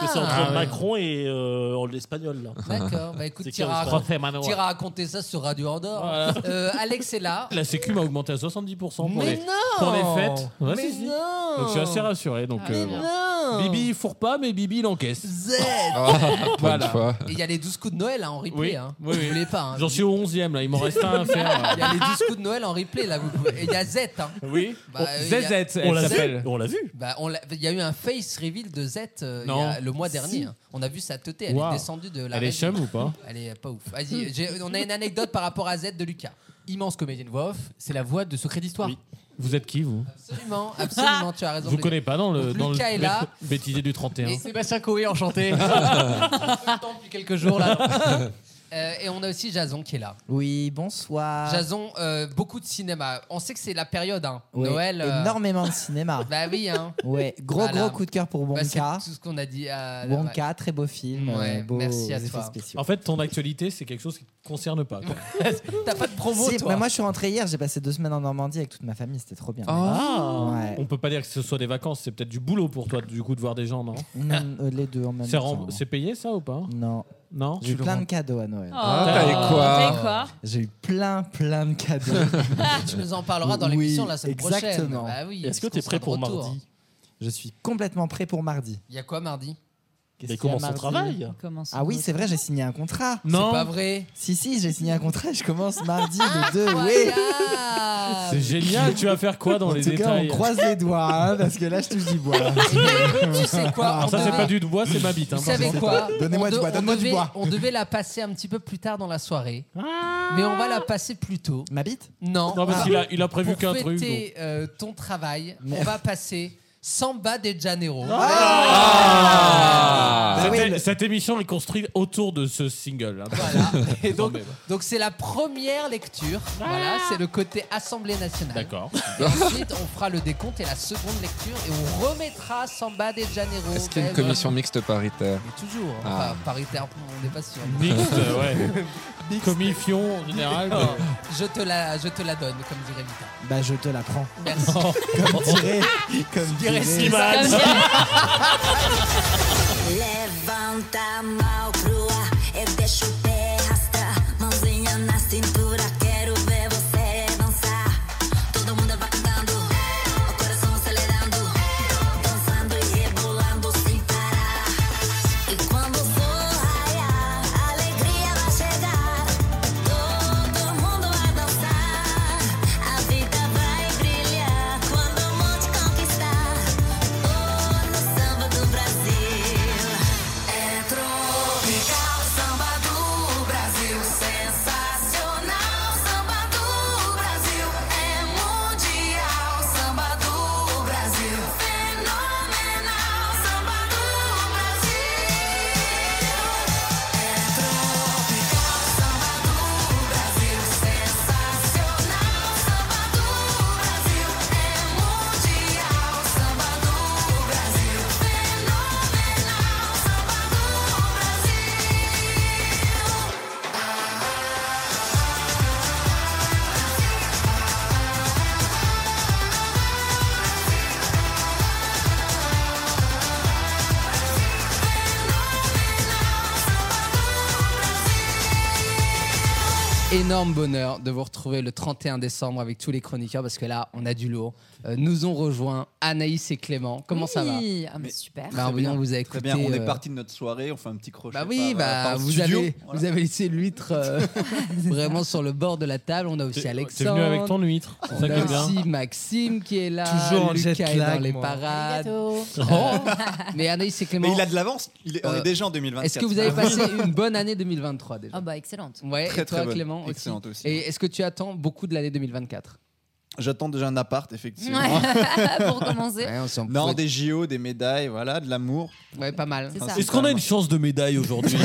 Speaker 4: Ah.
Speaker 16: que c'est entre
Speaker 4: Ah ouais.
Speaker 16: Macron et euh, l'espagnol. là.
Speaker 4: D'accord, bah écoute,
Speaker 16: C'est qui,
Speaker 4: t'iras
Speaker 16: l'espagnol
Speaker 4: racon- t'iras raconter ça sur Radio Andorre.
Speaker 7: Voilà.
Speaker 4: Euh, Alex est là.
Speaker 7: La sécu m'a augmenté à 70% pour,
Speaker 4: Mais
Speaker 7: les,
Speaker 4: non
Speaker 7: pour les fêtes. Ouais,
Speaker 4: Mais
Speaker 7: si, si.
Speaker 4: non
Speaker 7: Donc je suis assez rassuré. Donc,
Speaker 4: Ah, mais
Speaker 7: bon.
Speaker 4: non
Speaker 7: Bibi, il fourre pas, mais Bibi, il encaisse.
Speaker 4: Z
Speaker 7: Voilà.
Speaker 4: Et il y a les 12 coups de Noël hein, en replay.
Speaker 7: Oui, Ah.
Speaker 4: hein.
Speaker 7: oui,
Speaker 4: Vous
Speaker 7: oui.
Speaker 4: voulez pas. hein.
Speaker 7: J'en suis au 11 e là, il m'en reste un à faire.
Speaker 4: Il y a les 12 coups de Noël en replay là. Vous pouvez- Et il y a Z. Hein.
Speaker 7: Oui.
Speaker 4: Bah, euh, il y a-
Speaker 7: ZZ, elle s'appelle.
Speaker 16: On l'a vu.
Speaker 4: Bah, on l'a- il y a eu un face reveal de Z euh, il y a-
Speaker 7: Non.
Speaker 4: le mois
Speaker 7: Si.
Speaker 4: dernier. hein. On a vu sa teuté, elle
Speaker 7: Waouh.
Speaker 4: est descendue de la.
Speaker 7: Elle est
Speaker 4: reine.
Speaker 7: chum ou pas
Speaker 4: Elle est pas ouf. Vas-y, j'ai- on a une anecdote par rapport à Z de Lucas. Immense comédienne voix off, c'est la voix de Secret d'Histoire.
Speaker 7: Vous êtes qui, vous
Speaker 4: Absolument, absolument, tu as raison.
Speaker 7: Vous
Speaker 4: Brédé.
Speaker 7: connaissez pas dans le,
Speaker 4: Ah, Donc,
Speaker 7: dans le
Speaker 4: Lucas est là.
Speaker 7: bête- bêtisier du 31.
Speaker 4: Et Sébastien Coé, enchanté. On se connaît depuis quelques jours là. Euh, et on a aussi Jason qui est là.
Speaker 14: Oui, bonsoir.
Speaker 4: Jason, euh, beaucoup de cinéma. On sait que c'est la période, hein.
Speaker 14: Ouais,
Speaker 4: Noël. euh,
Speaker 14: Énormément de cinéma.
Speaker 4: Bah oui, hein.
Speaker 14: Ouais, gros
Speaker 4: Voilà.
Speaker 14: gros coup de cœur pour
Speaker 4: Bah, c'est
Speaker 14: Wonka.
Speaker 4: tout ce qu'on a dit. euh, à la-
Speaker 14: Wonka, très beau film.
Speaker 4: Ouais,
Speaker 14: euh, beaux
Speaker 4: merci à
Speaker 14: effets
Speaker 4: toi.
Speaker 14: spéciaux.
Speaker 7: En fait, ton actualité, c'est quelque chose qui te concerne pas. quoi.
Speaker 4: T'as pas de promo,
Speaker 14: Si,
Speaker 4: toi
Speaker 14: mais moi je suis rentré hier, j'ai passé deux semaines en Normandie avec toute ma famille, c'était trop
Speaker 4: Oh.
Speaker 14: bien.
Speaker 7: Ah.
Speaker 14: Ouais.
Speaker 7: On peut pas dire que ce soit des vacances, c'est peut-être du boulot pour toi, du coup, de voir des gens, non
Speaker 14: Mm, euh, les deux en même
Speaker 7: C'est
Speaker 14: temps.
Speaker 7: rem- c'est payé ça ou pas
Speaker 14: Non.
Speaker 7: Non
Speaker 14: J'ai eu plein de cadeaux à Noël.
Speaker 7: Oh, Ah, t'as eu quoi
Speaker 15: t'as eu quoi
Speaker 14: J'ai eu plein, plein de cadeaux.
Speaker 4: Tu nous en parleras dans l'émission la semaine prochaine.
Speaker 14: exactement.
Speaker 4: Bah oui, Est-ce que parce t'es qu'on prêt sera pour de retour. mardi
Speaker 14: Je suis complètement prêt pour mardi.
Speaker 4: Il y a quoi mardi
Speaker 14: Qu'est-ce qu'il y a mardi Ah oui, c'est vrai, j'ai signé un contrat.
Speaker 4: Non. C'est pas vrai.
Speaker 14: Si, si, j'ai signé un contrat, je commence mardi le 2. Oui.
Speaker 4: Incroyable.
Speaker 7: C'est génial, tu vas faire quoi dans
Speaker 14: en
Speaker 7: les
Speaker 14: tout cas,
Speaker 7: détails
Speaker 14: on croise les doigts, hein, parce que là, je touche du bois.
Speaker 4: Tu sais quoi,
Speaker 7: Alors
Speaker 4: on
Speaker 7: Ah, ça, c'est
Speaker 4: devait-
Speaker 7: pas du bois, c'est ma bite. hein,
Speaker 4: Vous
Speaker 7: par
Speaker 4: savez
Speaker 7: contre.
Speaker 4: quoi
Speaker 14: Donnez-moi
Speaker 4: On
Speaker 14: du
Speaker 4: de-
Speaker 14: bois,
Speaker 4: on
Speaker 14: donne-moi du
Speaker 4: devait-
Speaker 14: bois.
Speaker 4: On devait la passer un petit peu plus tard dans la soirée, mais on va la passer plus tôt.
Speaker 14: Ma bite
Speaker 4: Non.
Speaker 7: Ah.
Speaker 4: Ah.
Speaker 7: Non, parce qu'il a- il a prévu
Speaker 4: Pour
Speaker 7: qu'un truc,
Speaker 4: fêter,
Speaker 7: donc.
Speaker 4: euh, ton travail, on va passer Samba de Janeiro.
Speaker 7: Ah
Speaker 4: Bah oui,
Speaker 7: Cette-
Speaker 4: le-
Speaker 7: Cette émission est construite autour de ce single. hein. bah.
Speaker 4: Et donc, donc c'est la première lecture. Voilà, c'est le côté Assemblée nationale.
Speaker 7: Ah. D'accord.
Speaker 4: Et ensuite, on fera le décompte et la seconde lecture et on remettra Samba de Janeiro.
Speaker 10: Est-ce qu'il y a une
Speaker 4: Ben,
Speaker 10: commission mixte paritaire
Speaker 4: Toujours. hein.
Speaker 10: Ah.
Speaker 4: Enfin, paritaire, on n'est pas sûr.
Speaker 7: Mixte, euh, ouais. Commission en général. euh,
Speaker 4: Non, Oh. je, te la, je te la donne, comme dirait Vita.
Speaker 14: Bah, je te la prends.
Speaker 4: Merci.
Speaker 14: Comme dirait. Comme
Speaker 4: dirait
Speaker 14: dirait-
Speaker 4: Slimane.
Speaker 6: Ah,
Speaker 13: Levanta a mão crua e deixa o pé arrastar. Mãozinha na cintura, quero ver você dançar. Todo mundo vai cantando, o coração acelerando. Dançando e rebolando sem parar. E quando for raiar, a alegria vai chegar. Todo mundo vai dançar. A vida vai brilhar quando o mundo te conquistar. Oh, no samba do Brasil. É tropical, samba do Brasil, sensacional, samba do Brasil, é mundial, samba do Brasil, fenomenal, samba do Brasil. É tropical, samba do Brasil, sensacional, samba do Brasil, é mundial, samba do Brasil, fenomenal, samba do Brasil.
Speaker 4: Énorme bonheur de vous retrouver le 31 décembre avec tous les chroniqueurs parce que là, on a du lourd. Euh, nous ont rejoint Anaïs et Clément. Comment ça va
Speaker 5: Oui, ah, mais super.
Speaker 4: Bah, on vous a
Speaker 9: Très
Speaker 4: écouté.
Speaker 9: bien, on est
Speaker 4: euh,
Speaker 9: parti de notre soirée, on fait un petit crochet.
Speaker 4: Bah oui,
Speaker 9: par, euh,
Speaker 4: bah,
Speaker 9: par
Speaker 4: vous,
Speaker 9: studio.
Speaker 4: avez,
Speaker 9: Voilà.
Speaker 4: vous avez laissé l'huître euh, vraiment sur le bord de la table. On a aussi
Speaker 7: T'es-
Speaker 4: Alexandre.
Speaker 7: t'es venu avec ton huître, c'est
Speaker 4: On
Speaker 7: ça qui est
Speaker 4: a
Speaker 7: bien.
Speaker 4: aussi Maxime qui est là.
Speaker 7: Toujours en
Speaker 4: Lucas
Speaker 7: jet
Speaker 4: est
Speaker 7: lag,
Speaker 4: dans les
Speaker 7: moi.
Speaker 4: parades.
Speaker 5: Arigato.
Speaker 4: Euh, mais Anaïs et Clément.
Speaker 9: Mais il a de l'avance, il est- on est déjà en 2024.
Speaker 4: Euh, Est-ce que vous avez passé une bonne année 2023 déjà
Speaker 5: Ah bah excellente.
Speaker 4: Ouais,
Speaker 9: Ah Très,
Speaker 4: et toi
Speaker 9: très bonne.
Speaker 4: Clément aussi.
Speaker 9: Excellente aussi. hein.
Speaker 4: Et est-ce que tu attends beaucoup de l'année 2024
Speaker 9: J'attends déjà un appart, effectivement.
Speaker 5: Ouais, pour commencer.
Speaker 4: Ouais, on s'en
Speaker 9: non,
Speaker 4: fout.
Speaker 9: des JO, des médailles, voilà, de l'amour.
Speaker 4: Ouais, pas mal.
Speaker 5: C'est ça.
Speaker 7: Est-ce qu'on a une chance de médaille aujourd'hui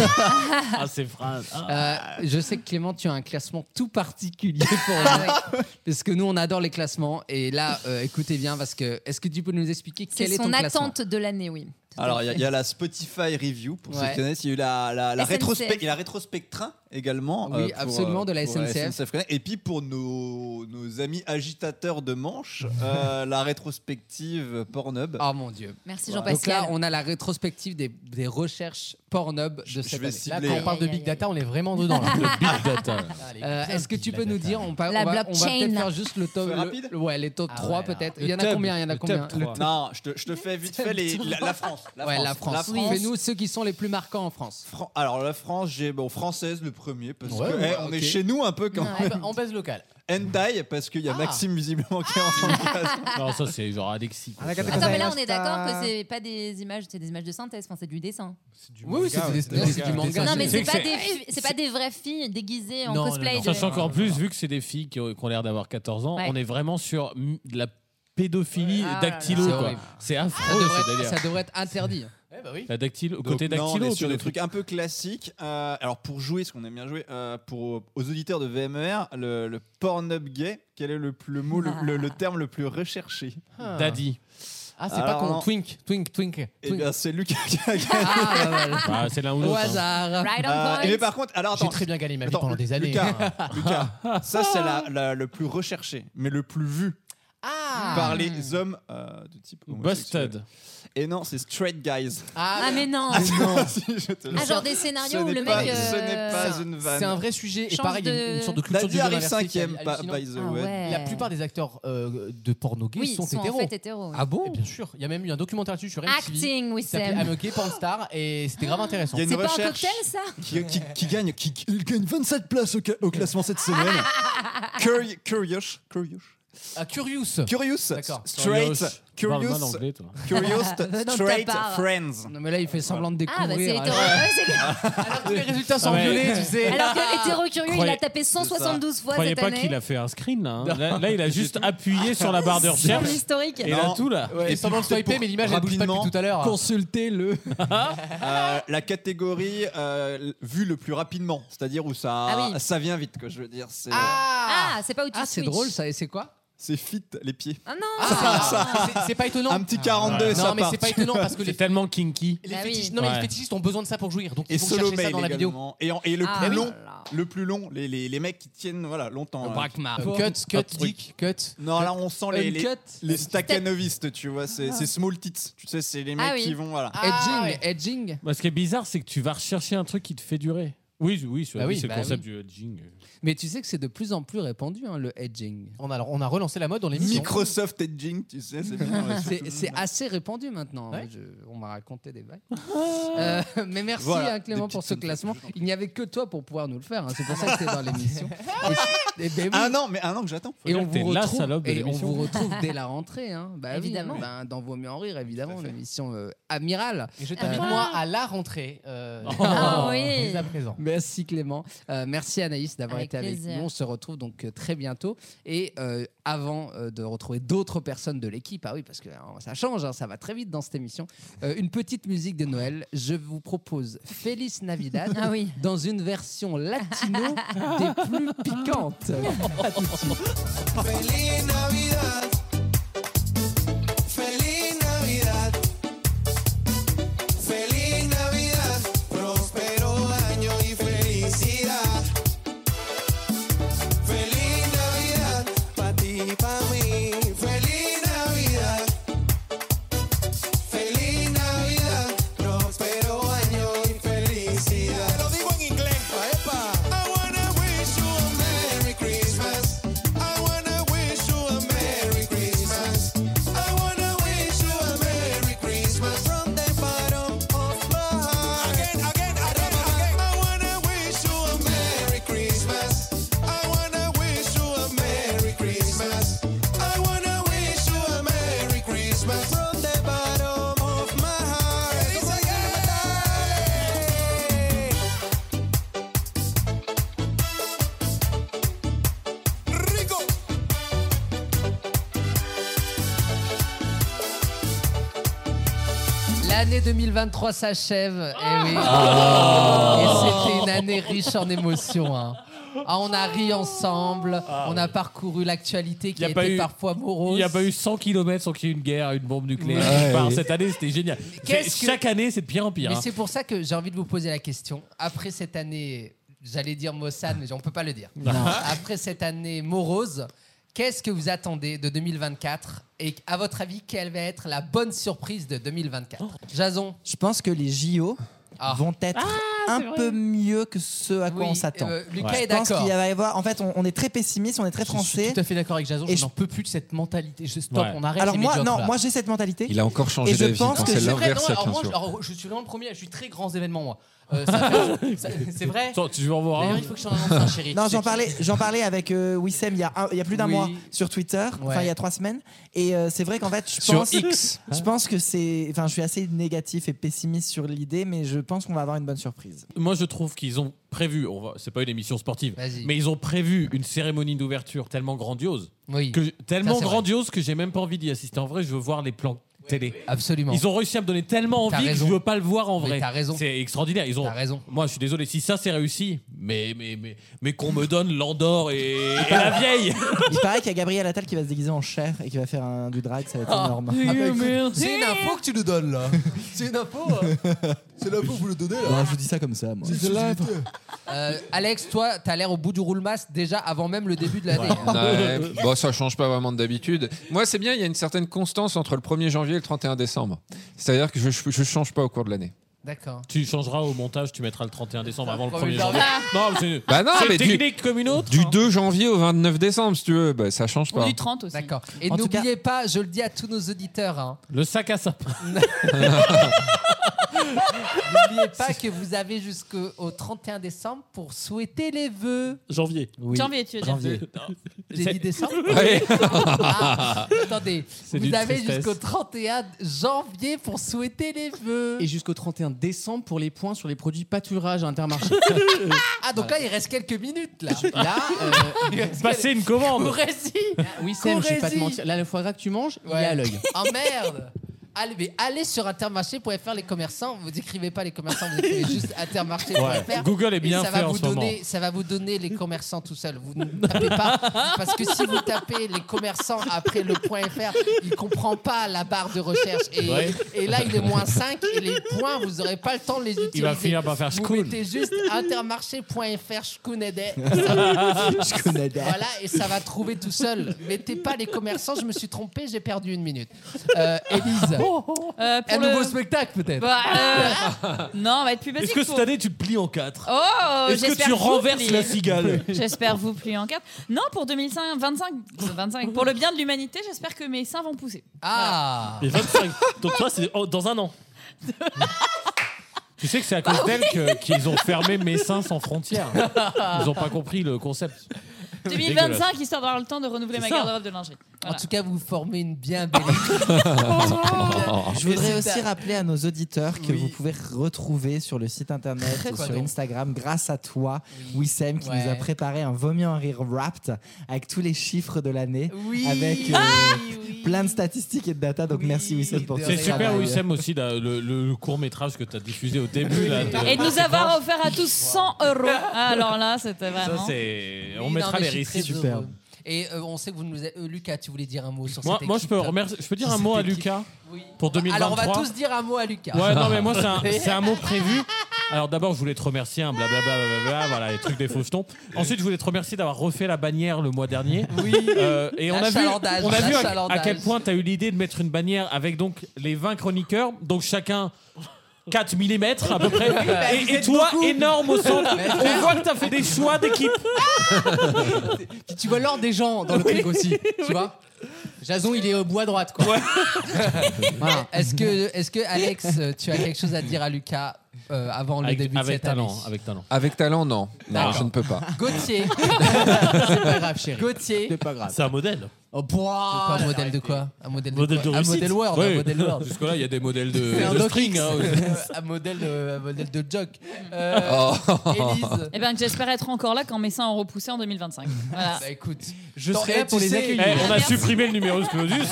Speaker 7: Ah, ces phrases.
Speaker 4: Euh, je sais que Clément, tu as un classement tout particulier pour
Speaker 5: Ah
Speaker 4: nous. parce que nous, on adore les classements. Et là, euh, écoutez bien, parce que est-ce que tu peux nous expliquer
Speaker 5: C'est
Speaker 4: quel est, ton
Speaker 5: son
Speaker 4: classement
Speaker 5: attente de l'année, oui.
Speaker 9: Alors, il y a- il y, a la Spotify Review, pour ceux
Speaker 4: Ouais.
Speaker 9: qui connaissent. Il y a eu la, la, la,
Speaker 5: SNCF.
Speaker 9: rétrospect, il y a la rétrospect train également. euh,
Speaker 4: Oui, absolument, de la
Speaker 9: pour
Speaker 4: SNCF.
Speaker 9: Connais. Et puis, pour nos, nos amis agitateurs de manche, euh, la rétrospective Pornhub.
Speaker 4: Oh mon Dieu.
Speaker 5: Merci
Speaker 9: Voilà.
Speaker 4: Donc là, on a la rétrospective des, des recherches Pornhub de cette
Speaker 9: vais
Speaker 4: année.
Speaker 9: cibler-
Speaker 4: là, quand
Speaker 9: Aïe,
Speaker 4: on parle de
Speaker 5: aïe,
Speaker 4: big data, on est vraiment dedans. là. Euh, Est-ce que tu peux nous dire, on, va-
Speaker 5: La
Speaker 4: on va, on va
Speaker 5: blockchain.
Speaker 4: peut-être faire juste le top,
Speaker 9: Faire
Speaker 4: le-
Speaker 9: rapide
Speaker 4: le- Ah ouais, hein. les top 3 peut-être. Il y en a
Speaker 9: top,
Speaker 4: combien Il y en a
Speaker 9: le
Speaker 4: combien
Speaker 9: top
Speaker 4: Le
Speaker 9: trois. Non, je te, je te fais vite fait les, la, la France. La
Speaker 4: ouais,
Speaker 9: France.
Speaker 4: la France.
Speaker 9: La France.
Speaker 4: Fais-nous ceux qui sont les plus marquants en France.
Speaker 9: Fran- Alors la France, j'ai bon française le premier parce
Speaker 4: Ouais,
Speaker 9: que
Speaker 4: ouais,
Speaker 9: eh, on est
Speaker 4: ok.
Speaker 9: chez nous un peu quand
Speaker 4: Ouais.
Speaker 9: même.
Speaker 4: En baisse locale.
Speaker 9: Hentai parce qu'il y a
Speaker 5: Ah.
Speaker 9: Maxime visiblement qui est en
Speaker 4: Ah.
Speaker 9: train de passer.
Speaker 7: Non, ça, c'est genre Alexis. quoi.
Speaker 5: Attends, mais là, on est d'accord que c'est pas des images, c'est des images de synthèse, enfin, c'est du dessin.
Speaker 4: Oui, oui, c'est
Speaker 7: manga,
Speaker 4: des-
Speaker 7: ouais,
Speaker 4: c'est du
Speaker 7: c'est
Speaker 4: manga.
Speaker 5: Non, mais
Speaker 7: Tu sais
Speaker 5: c'est
Speaker 7: que
Speaker 5: pas,
Speaker 7: c'est-
Speaker 5: des fi- c'est pas des vraies filles déguisées en
Speaker 7: Non, non,
Speaker 5: cosplay.
Speaker 7: non.
Speaker 5: de-
Speaker 7: Sachant qu'en plus, vu que c'est des filles qui ont, qui ont l'air d'avoir 14 ans,
Speaker 5: Ouais.
Speaker 7: on est vraiment sur mm, de la pédophilie
Speaker 5: Ah là là.
Speaker 7: dactylo.
Speaker 4: C'est
Speaker 7: quoi.
Speaker 4: horrible. Ah,
Speaker 7: C'est
Speaker 4: Ça
Speaker 7: affreux, ce
Speaker 4: devrait,
Speaker 7: délire.
Speaker 4: ça devrait être interdit.
Speaker 17: Eh bah oui.
Speaker 7: La dactylo,
Speaker 9: Donc,
Speaker 7: côté
Speaker 9: non, on
Speaker 7: dactylo.
Speaker 9: est sur
Speaker 7: tu
Speaker 9: des
Speaker 7: vois.
Speaker 9: trucs un peu classiques. Euh, alors pour jouer, ce qu'on aime bien jouer, euh, pour aux auditeurs de VMR, le, le Pornhub gay, quel est le, le mot, le, le- le terme le plus recherché
Speaker 4: Ah. Daddy. Ah, c'est pas
Speaker 9: Alors,
Speaker 4: con.
Speaker 9: non.
Speaker 4: Twink, twink, twink.
Speaker 9: Eh
Speaker 2: ben,
Speaker 9: bien, c'est Lucas qui a gagné.
Speaker 7: Ah, c'est l'un ou
Speaker 4: Au
Speaker 7: l'autre. hein.
Speaker 4: hasard.
Speaker 9: Right on Euh, point. mais par contre, alors,
Speaker 4: J'ai
Speaker 9: attends.
Speaker 4: très bien gagné ma vie
Speaker 9: Attends,
Speaker 4: pendant des années.
Speaker 9: Lucas, Lucas, hein. ça c'est la- la- le plus recherché, mais le plus vu par les hommes euh, de type homosexuel.
Speaker 7: Busted.
Speaker 9: Et non, c'est straight guys.
Speaker 17: Ah,
Speaker 15: Ah, mais non.
Speaker 9: Ah, si, je te
Speaker 15: Ah,
Speaker 9: jure.
Speaker 15: genre des scénarios
Speaker 9: Ce
Speaker 15: où
Speaker 9: n'est
Speaker 15: le
Speaker 9: pas-
Speaker 15: mec,
Speaker 9: Ce
Speaker 15: euh,
Speaker 9: n'est pas une vanne.
Speaker 4: C'est un vrai sujet. Et
Speaker 15: Change
Speaker 4: pareil, il y a
Speaker 15: de-
Speaker 4: une sorte de culture
Speaker 9: Daddy
Speaker 4: du jeu
Speaker 9: arrive
Speaker 4: inversée qui est
Speaker 9: cinquième, by- by the
Speaker 4: hallucinante.
Speaker 9: way. Ah ouais.
Speaker 4: La plupart des acteurs euh, de porno gays
Speaker 15: Oui,
Speaker 4: sont,
Speaker 15: sont en
Speaker 4: hétéros.
Speaker 15: fait hétéros, oui.
Speaker 4: Ah bon Bien sûr. Il y a même eu un documentaire dessus sur MTV.
Speaker 15: Acting with
Speaker 4: qui s'appelait
Speaker 15: Sam.
Speaker 4: I'm a gay porn star et c'était grave intéressant.
Speaker 9: Il y a une
Speaker 15: C'est pas un
Speaker 9: recherche
Speaker 15: cocktail, ça
Speaker 9: qui, qui- qui gagne, qui, qui- il gagne 27 places au, ca- au classement cette semaine. Curi- curious, curious.
Speaker 4: Ah, Curious.
Speaker 9: Curious, straight,
Speaker 4: Parle
Speaker 9: curious,
Speaker 4: mal anglais, toi.
Speaker 9: curious,
Speaker 4: Venant de ta
Speaker 9: straight
Speaker 4: part.
Speaker 9: friends.
Speaker 4: Non, mais là, il fait semblant de
Speaker 15: Ah, bah, c'est
Speaker 4: découvrir. euh,
Speaker 15: hétéro.
Speaker 4: alors.
Speaker 15: Ouais, c'est bien.
Speaker 4: Alors, tous les résultats sont
Speaker 7: Ah ouais.
Speaker 4: violés, tu sais.
Speaker 15: Alors que hétéro curieux, il a
Speaker 7: Croyez-
Speaker 15: tapé 172 fois
Speaker 7: Croyez
Speaker 15: cette
Speaker 7: pas
Speaker 15: année.
Speaker 7: qu'il a fait un screen là. hein. Là, là, il a juste appuyé sur la barre de
Speaker 15: Sur
Speaker 7: recherche.
Speaker 15: l'historique.
Speaker 7: Et là,
Speaker 9: Non.
Speaker 7: tout là.
Speaker 9: Ouais,
Speaker 4: Et pendant le
Speaker 9: puis,
Speaker 4: swiper,
Speaker 9: pour-
Speaker 4: mais l'image, elle bouge pas depuis
Speaker 9: rapidement,
Speaker 4: tout à l'heure.
Speaker 9: Consultez-le.
Speaker 7: Ah
Speaker 9: Euh, la catégorie euh, vue le plus rapidement, c'est-à-dire où ça,
Speaker 15: Ah oui.
Speaker 9: ça vient vite, que je veux dire. C'est
Speaker 15: Ah, c'est pas où tu
Speaker 4: Ah, c'est
Speaker 15: switches.
Speaker 4: drôle ça. Et c'est quoi
Speaker 9: c'est fit les pieds.
Speaker 15: Ah non
Speaker 4: C'est-
Speaker 2: Ah,
Speaker 4: C'est pas étonnant. Ah
Speaker 9: Un petit 42 et
Speaker 4: Non,
Speaker 9: ça
Speaker 4: mais
Speaker 9: part.
Speaker 4: c'est pas étonnant parce que les,
Speaker 7: C'est tellement kinky.
Speaker 4: les
Speaker 15: Bah oui.
Speaker 4: fétichistes, non, mais les
Speaker 7: Ouais.
Speaker 4: fétichistes ont besoin de ça pour jouir. Donc
Speaker 9: Et
Speaker 4: ils vont chercher
Speaker 9: Solomon
Speaker 4: ça dans la vidéo.
Speaker 9: également. Et, en- et le
Speaker 15: Ah
Speaker 9: plus
Speaker 15: oui.
Speaker 9: long, le plus long, les, les, les mecs qui tiennent voilà longtemps.
Speaker 4: Le
Speaker 7: Oh,
Speaker 9: euh,
Speaker 4: Brakma.
Speaker 9: qui-
Speaker 4: Cut,
Speaker 9: qui-
Speaker 4: cut,
Speaker 9: un truc.
Speaker 4: dick, cut.
Speaker 9: Non, là on sent les les,
Speaker 4: Uncut.
Speaker 9: les staccanovistes, tu vois, c'est c'est small tits, tu sais, c'est les mecs
Speaker 4: Ah oui.
Speaker 9: qui vont voilà.
Speaker 4: Edging, edging.
Speaker 7: Moi, Bah, ce qui est bizarre, c'est que tu vas rechercher un truc qui te fait durer. Oui, oui, c'est
Speaker 4: Bah oui,
Speaker 7: oui, c'est
Speaker 4: bah
Speaker 7: le concept
Speaker 4: oui.
Speaker 7: du hedging.
Speaker 4: Mais tu sais que c'est de plus en plus répandu, hein, le edging. On a, on a relancé la mode dans les
Speaker 9: Microsoft edging, tu sais, c'est bien. ouais, sur tout
Speaker 4: C'est
Speaker 9: le
Speaker 4: c'est
Speaker 9: monde.
Speaker 4: assez répandu maintenant. Je- on m'a raconté des vagues. mais merci
Speaker 9: Voilà,
Speaker 4: hein, Clément
Speaker 9: des
Speaker 4: pour ce classement. Il n'y avait que toi pour pouvoir nous le faire. hein. C'est pour ça que t'es dans l'émission. Et, et ben oui.
Speaker 9: Un an, mais un an que j'attends.
Speaker 4: Et on, vous
Speaker 7: t'es la
Speaker 4: retrouve,
Speaker 7: salope de
Speaker 4: et on
Speaker 7: l'émission.
Speaker 4: vous retrouve dès la rentrée. Hein. Bah oui,
Speaker 15: Évidemment.
Speaker 4: ben, dans Vaut mieux en rire, évidemment, l'émission euh, Amiral. Et je t'invite,
Speaker 5: moi,
Speaker 4: à la rentrée.
Speaker 15: Ah oui. dès à
Speaker 4: Euh, Oh. présent. Merci Clément. Euh, merci Anaïs d'avoir
Speaker 15: Avec
Speaker 4: été avec
Speaker 15: plaisir.
Speaker 4: nous. On se retrouve donc euh, très bientôt. Et euh, avant euh, de retrouver d'autres personnes de l'équipe, ah oui, parce que euh, ça change, hein, ça va très vite dans cette émission, euh, une petite musique de Noël. Je vous propose Feliz Navidad
Speaker 15: Ah oui.
Speaker 4: dans une version latino des plus piquantes. À tout de suite.
Speaker 12: Feliz Navidad, feliz Navidad, feliz Navidad, próspero año y felicidad. Feliz Navidad, pa' ti y pa' mí, feliz Navidad, feliz Navidad, próspero año y felicidad. Te lo digo en inglés, epa. I wanna wish you a Merry Christmas. I wanna wish you a Merry Christmas. I wanna wish you a Merry Christmas from the bottom of my heart. Again, again, again, again. I wanna wish you a Merry Christmas. I wanna wish you a Merry Christmas. I wanna wish you a Merry Christmas from the bottom of my heart. Rico.
Speaker 4: L'année 2023 s'achève. Eh oui.
Speaker 12: Ah.
Speaker 4: Et c'était une année riche en émotions. hein. Ah, on a ri ensemble, on a parcouru l'actualité qui
Speaker 7: Ah, Y
Speaker 4: a,
Speaker 7: a pas
Speaker 4: été
Speaker 7: eu-
Speaker 4: parfois morose.
Speaker 7: Il n'y a pas eu 100 km sans qu'il y ait une guerre, une bombe nucléaire.
Speaker 4: Ouais.
Speaker 7: Enfin, cette année, c'était génial.
Speaker 4: Qu'est-ce
Speaker 7: C'est-
Speaker 4: que-
Speaker 7: Chaque année, c'est de pire en pire.
Speaker 4: Mais
Speaker 7: hein.
Speaker 4: c'est pour ça que j'ai envie de vous poser la question. Après cette année, j'allais dire Mossad, mais on peut pas le dire.
Speaker 7: Non.
Speaker 4: Après cette année morose, qu'est-ce que vous attendez de 2024 Et à votre avis, quelle va être la bonne surprise de 2024
Speaker 7: Oh.
Speaker 4: Jason
Speaker 14: Je pense que les JO vont être un peu mieux que ce à quoi
Speaker 4: Ah. Oui,
Speaker 14: on s'attend.
Speaker 4: euh, Lucas
Speaker 14: je
Speaker 4: est
Speaker 14: pense
Speaker 4: d'accord.
Speaker 14: qu'il va y avoir. En fait, on, on est très pessimiste, on est très français.
Speaker 4: tout à fait d'accord avec Jason,
Speaker 14: Et
Speaker 4: je n'en peux plus de cette mentalité. Je stop,
Speaker 6: Ouais.
Speaker 4: on arrête
Speaker 14: Alors
Speaker 4: les
Speaker 14: moi,
Speaker 4: médiocres,
Speaker 14: non,
Speaker 4: là.
Speaker 14: moi j'ai cette mentalité.
Speaker 6: Il a encore changé
Speaker 14: Et je
Speaker 6: d'avis
Speaker 14: pense
Speaker 6: quand
Speaker 14: que
Speaker 6: c'est
Speaker 14: je-
Speaker 4: Vrai,
Speaker 6: l'inverse il
Speaker 4: non,
Speaker 6: y a
Speaker 4: alors
Speaker 6: 15
Speaker 4: moi, je,
Speaker 6: jours.
Speaker 4: alors, je suis vraiment le premier, je suis très grands événements moi. Euh, ça fait- ça- c'est vrai.
Speaker 7: Attends, tu veux en voir un
Speaker 4: D'ailleurs, il faut que je t'en annonce un, oh, chérie.
Speaker 14: Non,
Speaker 4: Tu sais
Speaker 14: j'en
Speaker 4: qui-
Speaker 14: parlais, j'en parlais avec euh, Wissem il y, a un- il y a plus d'un
Speaker 4: Oui.
Speaker 14: mois sur Twitter, enfin
Speaker 4: Ouais.
Speaker 14: il y a trois semaines. Et euh, c'est vrai qu'en fait, je
Speaker 4: Sur
Speaker 14: pense,
Speaker 4: X.
Speaker 14: je pense que c'est, enfin je suis assez négatif et pessimiste sur l'idée, mais je pense qu'on va avoir une bonne surprise.
Speaker 7: Moi, je trouve qu'ils ont prévu, on va- c'est pas une émission sportive,
Speaker 4: Vas-y.
Speaker 7: mais ils ont prévu une cérémonie d'ouverture tellement grandiose,
Speaker 4: Oui.
Speaker 7: que, tellement
Speaker 4: c'est vrai.
Speaker 7: grandiose que j'ai même pas envie d'y assister. En vrai, je veux voir les plans télé.
Speaker 4: Absolument.
Speaker 7: Ils ont réussi à me donner tellement
Speaker 4: T'as
Speaker 7: envie que je
Speaker 4: raison.
Speaker 7: veux pas le voir en
Speaker 4: Mais
Speaker 7: vrai.
Speaker 4: t'as raison.
Speaker 7: C'est extraordinaire. Ils ont. raison. Moi, je suis désolé si ça c'est réussi, mais mais mais mais qu'on me donne l'Andorre et, et la vieille.
Speaker 14: Il paraît qu'il y a Gabriel Attal qui va se déguiser en chair et qui va faire un- du drag, ça va être
Speaker 18: Ah,
Speaker 14: énorme.
Speaker 18: oui, oui, oui.
Speaker 3: C'est une info que tu nous donnes là.
Speaker 18: C'est une info. hein.
Speaker 2: bah,
Speaker 3: C'est l'info que vous le donnez
Speaker 14: Non,
Speaker 6: Bah,
Speaker 3: là.
Speaker 14: je vous dis ça comme ça, moi.
Speaker 3: C'est une live.
Speaker 4: Euh, Alex, toi, t'as l'air au bout du roulemas déjà avant même le début de l'année.
Speaker 10: Ouais, bon, ça change pas vraiment d'habitude. Moi, c'est bien, il y a une certaine constance entre le 1er janvier et le 31 décembre. C'est-à-dire que je, je change pas au cours de l'année.
Speaker 4: D'accord.
Speaker 7: Tu changeras Ah, au montage, tu mettras le 31 décembre avant le
Speaker 4: Comme
Speaker 7: 1er
Speaker 4: une
Speaker 7: janvier. Non, c'est
Speaker 10: Bah non,
Speaker 7: c'est
Speaker 10: mais du-
Speaker 7: technique comme une autre. hein.
Speaker 10: Du 2 janvier au 29 décembre, si tu veux, bah, ça change pas.
Speaker 4: 30 aussi. D'accord. Et
Speaker 10: En tout
Speaker 4: n'oubliez pas, je le dis à tous nos auditeurs, hein,
Speaker 7: Le sac à sapin.
Speaker 4: n'oubliez pas que vous avez jusqu'au au 31 décembre pour souhaiter les vœux.
Speaker 19: Janvier.
Speaker 4: Janvier, tu veux dire. Janvier. J'ai dit décembre
Speaker 19: Ouais.
Speaker 4: Ah, Attendez,
Speaker 19: C'est
Speaker 4: vous
Speaker 19: d'une
Speaker 4: avez
Speaker 19: tristesse.
Speaker 4: jusqu'au 31 janvier pour souhaiter les vœux.
Speaker 6: Et jusqu'au 31 décembre pour les points sur les produits pâturage à intermarché.
Speaker 4: Ah, donc là, il reste quelques minutes, là. Là,
Speaker 7: Passer Bah, une commande.
Speaker 4: Corésie.
Speaker 6: Oui, Sam, je vais pas te
Speaker 4: Corésie.
Speaker 6: mentir. Là, le foie gras que tu manges, il
Speaker 4: Ouais.
Speaker 6: est à l'œil.
Speaker 4: Ah merde Allez, mais allez sur intermarché.fr les commerçants, vous écrivez pas les commerçants, vous écrivez juste intermarché.fr.
Speaker 7: Ouais, Google est bien
Speaker 4: et ça
Speaker 7: fait
Speaker 4: va
Speaker 7: en
Speaker 4: vous
Speaker 7: ce
Speaker 4: donner,
Speaker 7: moment.
Speaker 4: Ça va vous donner les commerçants tout seul. Vous ne tapez pas parce que si vous tapez les commerçants après le point .fr, il comprend pas la barre de recherche et,
Speaker 7: Ouais.
Speaker 4: et là il est moins 5 et les points vous aurez pas le temps de les utiliser.
Speaker 7: Il va finir par faire
Speaker 4: Vous
Speaker 7: school.
Speaker 4: mettez juste intermarché.fr schkounedet.
Speaker 7: Je
Speaker 14: connais bien.
Speaker 4: Voilà, et ça va trouver tout seul. Mettez pas les commerçants, je me suis trompé, j'ai perdu une minute. Euh, Élise,
Speaker 15: Euh, pour
Speaker 4: un
Speaker 15: le-
Speaker 4: nouveau spectacle peut-être
Speaker 15: Bah, euh, Non, on va être plus basique.
Speaker 7: Est-ce que
Speaker 15: faut-
Speaker 7: cette année tu te plies en 4
Speaker 15: Oh,
Speaker 7: Est-ce que
Speaker 15: j'espère
Speaker 7: tu
Speaker 15: vous
Speaker 7: renverses
Speaker 15: plier.
Speaker 7: la cigale
Speaker 15: J'espère vous plier en quatre. Non, pour 2025, 25, 25, euh, pour le bien de l'humanité, j'espère que mes seins vont pousser.
Speaker 4: Ah
Speaker 19: Mais 25. Donc toi, c'est oh, dans un an.
Speaker 7: Tu sais que c'est à
Speaker 15: Ah
Speaker 7: cause d'elle que- qu'ils ont fermé Messins sans frontières. Ils ont pas compris le concept. C'est dégueulasse.
Speaker 15: 2025, histoire d'avoir le temps de renouveler ma
Speaker 4: C'est ça.
Speaker 15: garde-robe de lingerie.
Speaker 4: En tout cas, vous formez une bien belle Oh,
Speaker 14: Je voudrais aussi rappeler à nos auditeurs que vous pouvez retrouver sur le site internet
Speaker 4: Très
Speaker 14: et sur
Speaker 4: pardon.
Speaker 14: Instagram, grâce à toi, Wissem, qui
Speaker 4: Ouais.
Speaker 14: nous a préparé un vomi en rire wrapped avec tous les chiffres de l'année,
Speaker 4: Oui.
Speaker 14: avec euh,
Speaker 4: Ah
Speaker 14: plein de statistiques et de data. Donc merci Wissem pour
Speaker 7: C'est
Speaker 14: ce
Speaker 7: super,
Speaker 14: travail.
Speaker 7: Wissem, aussi, là, le, court métrage que tu as diffusé au début. Là, de-
Speaker 15: Et de nous avoir offert à tous 100 euros. Ah, alors là, c'était
Speaker 7: Ça,
Speaker 15: vraiment.
Speaker 7: c'est.
Speaker 4: Oui,
Speaker 7: On
Speaker 4: non, mais
Speaker 7: mettra les
Speaker 4: je suis
Speaker 7: récits.
Speaker 4: très heureux. Et euh, on sait que vous nous avez- euh, Lucas, tu voulais dire un mot sur
Speaker 7: Moi,
Speaker 4: cette
Speaker 7: moi, je, peux
Speaker 4: équipe. hein.
Speaker 7: remercier- je peux dire un
Speaker 4: Cette
Speaker 7: mot à
Speaker 4: équipe.
Speaker 7: Lucas pour 2023.
Speaker 4: Alors on va tous dire un mot à Lucas.
Speaker 7: Ouais, non, mais moi, c'est un, c'est un mot prévu. Alors d'abord, je voulais te remercier, hein, blablabla, blablabla, voilà, les trucs des fauchetons. Ensuite, je voulais te remercier d'avoir refait la bannière le mois dernier. Oui. et on a vu,
Speaker 4: L'achalandage,
Speaker 7: on a vu à,
Speaker 4: l'achalandage.
Speaker 7: à quel point tu as eu l'idée de mettre une bannière avec donc les 20 chroniqueurs, donc chacun 4 mm à peu près.
Speaker 4: Oui, bah,
Speaker 7: et
Speaker 4: vous
Speaker 7: et
Speaker 4: êtes
Speaker 7: toi,
Speaker 4: beaucoup.
Speaker 7: énorme au centre.
Speaker 4: Mais
Speaker 7: On voit que tu as fait des choix d'équipe.
Speaker 6: Puis tu vois l'ordre des gens dans le truc aussi. Tu vois Jason, il est au bois droite, quoi.
Speaker 4: Voilà. Est-ce que, est-ce que Alex, euh, tu as quelque chose à dire à Lucas euh, avant
Speaker 7: Avec-
Speaker 4: le début
Speaker 7: avec
Speaker 4: de cette
Speaker 7: talent,
Speaker 4: année
Speaker 7: avec talent.
Speaker 10: Avec talent, non. Non,
Speaker 4: D'accord.
Speaker 10: je ne peux pas.
Speaker 4: Gauthier.
Speaker 6: C'est pas grave, chérie.
Speaker 4: Gauthier.
Speaker 6: C'est pas grave.
Speaker 19: C'est un modèle.
Speaker 4: Oh, pouah, un modèle de quoi Un modèle de, quoi Un
Speaker 7: réussite.
Speaker 4: modèle Word.
Speaker 7: Ouais.
Speaker 4: Un modèle Word.
Speaker 7: Jusque-là, il y a des modèles de,
Speaker 4: C'est un
Speaker 7: de
Speaker 4: doc
Speaker 7: string.
Speaker 4: X.
Speaker 7: hein, aussi.
Speaker 4: un modèle, de- un modèle de joke. Euh,
Speaker 7: Oh.
Speaker 4: Élise.
Speaker 15: Eh bien, j'espère être encore là quand mes seins ont repoussé en 2025. Voilà.
Speaker 4: Bah écoute,
Speaker 6: je
Speaker 4: Tant-
Speaker 6: serai
Speaker 4: eh,
Speaker 6: là pour
Speaker 4: tu
Speaker 6: les
Speaker 4: sais-
Speaker 6: accueillir.
Speaker 7: Eh, on a supprimé le numéro clausus.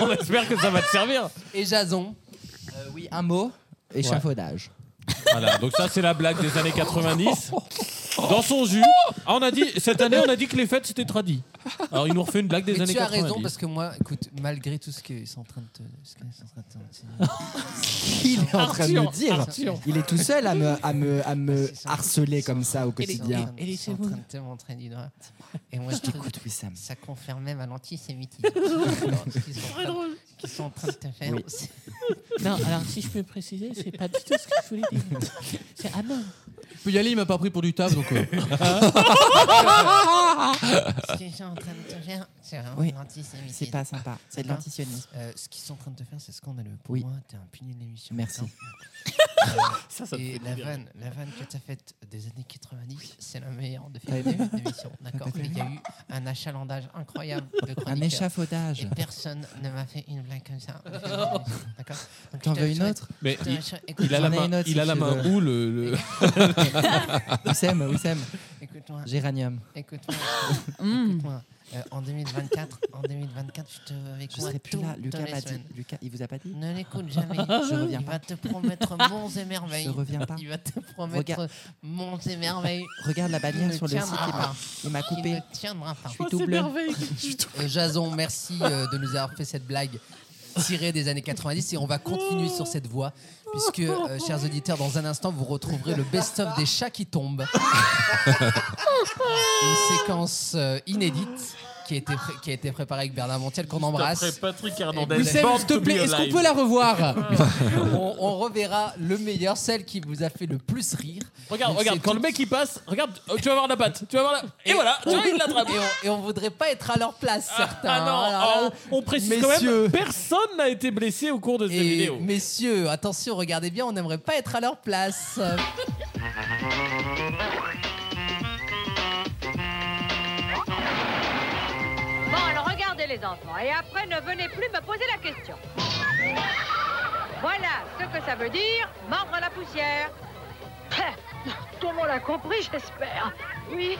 Speaker 7: On, on espère que ça va te servir.
Speaker 4: Et Jason. euh, oui,
Speaker 14: Un mot, échafaudage.
Speaker 7: Voilà, donc ça c'est la blague des années 90. Dans son jus. Ah, on a dit, cette année, on a dit que les fêtes c'était tradit. Alors il nous refait une blague des
Speaker 4: Mais
Speaker 7: années
Speaker 4: tu as
Speaker 7: 90.
Speaker 4: raison parce que moi, écoute, malgré tout ce qu'ils sont en train de te, ce qu'ils sont en train de te-
Speaker 14: Il est en train de me
Speaker 4: Arthur,
Speaker 14: dire.
Speaker 4: Arthur.
Speaker 14: Il est tout seul à me, à me,
Speaker 4: Ah,
Speaker 14: à me harceler comme ça au quotidien.
Speaker 4: Ils sont en train de te montrer du doigt. Et moi, je t'écoute, Wissam. Ça confirme même à l'antisémitisme. Très drôle. Qui sont en train de te faire.
Speaker 14: Oui.
Speaker 4: c'est-
Speaker 6: Non, alors, si je peux préciser, c'est pas du tout ce que je voulais dire. C'est ah non. Je peux y aller, il m'a pas pris pour du taf, donc. euh.
Speaker 4: ce qu'ils sont en train de te faire, c'est vraiment
Speaker 14: Oui.
Speaker 4: de l'antisémitisme.
Speaker 14: C'est pas sympa. C'est de
Speaker 4: D'accord
Speaker 14: l'antisionisme.
Speaker 4: Euh, ce qu'ils sont en train de te faire, c'est scandaleux. Pour
Speaker 14: Oui.
Speaker 4: moi, t'es un puni de l'émission.
Speaker 14: Merci.
Speaker 4: maintenant.
Speaker 14: Ça, ça me
Speaker 4: Et
Speaker 14: fait
Speaker 4: la
Speaker 14: plaisir.
Speaker 4: vanne, la vanne que t'as faite des années 90, c'est la meilleure de
Speaker 14: T'avais
Speaker 4: fait
Speaker 14: pas vu
Speaker 4: d'émission. D'accord
Speaker 14: T'avais pas
Speaker 4: Mais il y a
Speaker 14: vu
Speaker 4: eu un achalandage incroyable de
Speaker 14: Un
Speaker 4: chroniqueurs.
Speaker 14: échafaudage.
Speaker 4: Et personne ne m'a fait une blague comme ça. D'accord Donc,
Speaker 14: T'en
Speaker 4: je te
Speaker 14: veux une
Speaker 4: souhaite-
Speaker 14: autre
Speaker 7: Mais
Speaker 4: je te
Speaker 7: il,
Speaker 4: souhaite-
Speaker 7: il a la
Speaker 14: j'en ai une
Speaker 7: main,
Speaker 14: autre,
Speaker 7: il a
Speaker 14: si
Speaker 7: la
Speaker 14: tu
Speaker 7: main
Speaker 14: veux.
Speaker 7: où le. le-
Speaker 14: Wissem, Wissem.
Speaker 4: Écoute-moi.
Speaker 14: Géranium.
Speaker 4: Écoute-moi.
Speaker 14: Mm.
Speaker 4: Écoute-moi. euh, en 2024, en 2024, je te avec
Speaker 14: Je
Speaker 4: moi
Speaker 14: serai plus
Speaker 4: tout-
Speaker 14: là.
Speaker 4: toutes
Speaker 14: Lucas
Speaker 4: les
Speaker 14: m'a dit.
Speaker 4: semaines.
Speaker 14: Lucas, il vous a pas dit
Speaker 4: Ne l'écoute jamais.
Speaker 14: Je reviens
Speaker 4: Il
Speaker 14: pas.
Speaker 4: va te promettre monts et merveilles.
Speaker 14: Je reviens pas.
Speaker 4: Il va te promettre
Speaker 14: Regarde-
Speaker 4: monts et merveilles.
Speaker 14: Regarde la
Speaker 4: Il
Speaker 14: bannière
Speaker 4: ne
Speaker 14: sur le site.
Speaker 4: tiendra
Speaker 14: il m'a-
Speaker 4: pas.
Speaker 14: Il m'a
Speaker 4: Il
Speaker 14: coupé.
Speaker 4: ne tiendra pas.
Speaker 14: Je suis tout bleu.
Speaker 4: Euh, Jason, merci euh, de nous avoir fait cette blague tirée des années 90 et on va continuer sur cette voie puisque, euh, chers auditeurs, dans un instant, vous retrouverez le best-of des chats qui tombent. Une séquence euh, inédite qui a, été pré- qui a été préparée avec Bernard Montiel qu'on
Speaker 16: Après
Speaker 4: embrasse.
Speaker 16: Patrick Hernandez.
Speaker 4: Wissem,
Speaker 16: Born
Speaker 4: s'il te
Speaker 16: to be
Speaker 4: plaît, est-ce qu'on
Speaker 16: alive.
Speaker 4: peut la revoir on, on reverra le meilleur, celle qui vous a fait le plus rire.
Speaker 7: Regarde, regarde, quand le mec il passe, regarde, oh, tu vas voir la patte, tu vas voir la. Et, voilà, tu vois, il l'attrape.
Speaker 4: Et on, et on voudrait pas être à leur place, certains.
Speaker 7: Ah non,
Speaker 4: hein, alors là.
Speaker 7: ah, on, on précise quand
Speaker 4: Messieurs.
Speaker 7: même, personne n'a été blessé au cours de cette
Speaker 4: Et
Speaker 7: vidéo.
Speaker 4: messieurs, attention, regardez bien, on n'aimerait pas être à leur place.
Speaker 20: Bon, alors regardez les enfants, et après ne venez plus me poser la question. Voilà ce que ça veut dire, mordre la poussière. Tout le monde a compris, j'espère. Oui.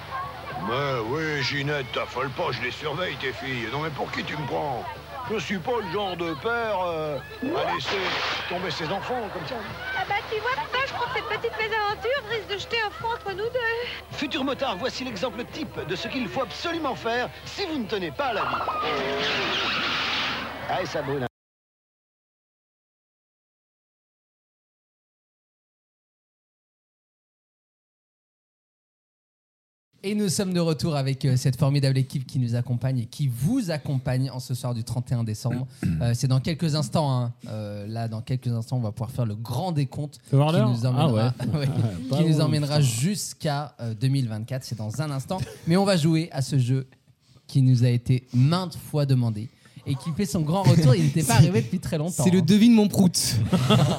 Speaker 21: Mais oui, Ginette, t'affole pas, je les surveille, tes filles. Non, mais pour qui tu me prends Je suis pas le genre de père euh, à laisser tomber ses enfants comme ça.
Speaker 20: Ah bah tu vois, ça, je crois que cette petite mésaventure risque de jeter un fond entre nous deux.
Speaker 21: Futur motard, voici l'exemple type de ce qu'il faut absolument faire si vous ne tenez pas à la vie. Allez, ça brûle. hein.
Speaker 4: Et nous sommes de retour avec euh, cette formidable équipe qui nous accompagne et qui vous accompagne en ce soir du 31 décembre. Euh, c'est dans quelques instants. hein. Euh, là, dans quelques instants, on va pouvoir faire le grand décompte qui
Speaker 7: Le voir l'heure
Speaker 4: nous emmènera,
Speaker 7: Ah ouais.
Speaker 4: Ouais,
Speaker 7: Pas
Speaker 4: qui nous
Speaker 7: ouf,
Speaker 4: emmènera
Speaker 7: putain.
Speaker 4: jusqu'à euh, 2024. C'est dans un instant. Mais on va jouer à ce jeu qui nous a été maintes fois demandé et qui fait son grand retour. Il n'était pas arrivé depuis très longtemps.
Speaker 22: C'est le
Speaker 4: hein.
Speaker 22: devine mon prout.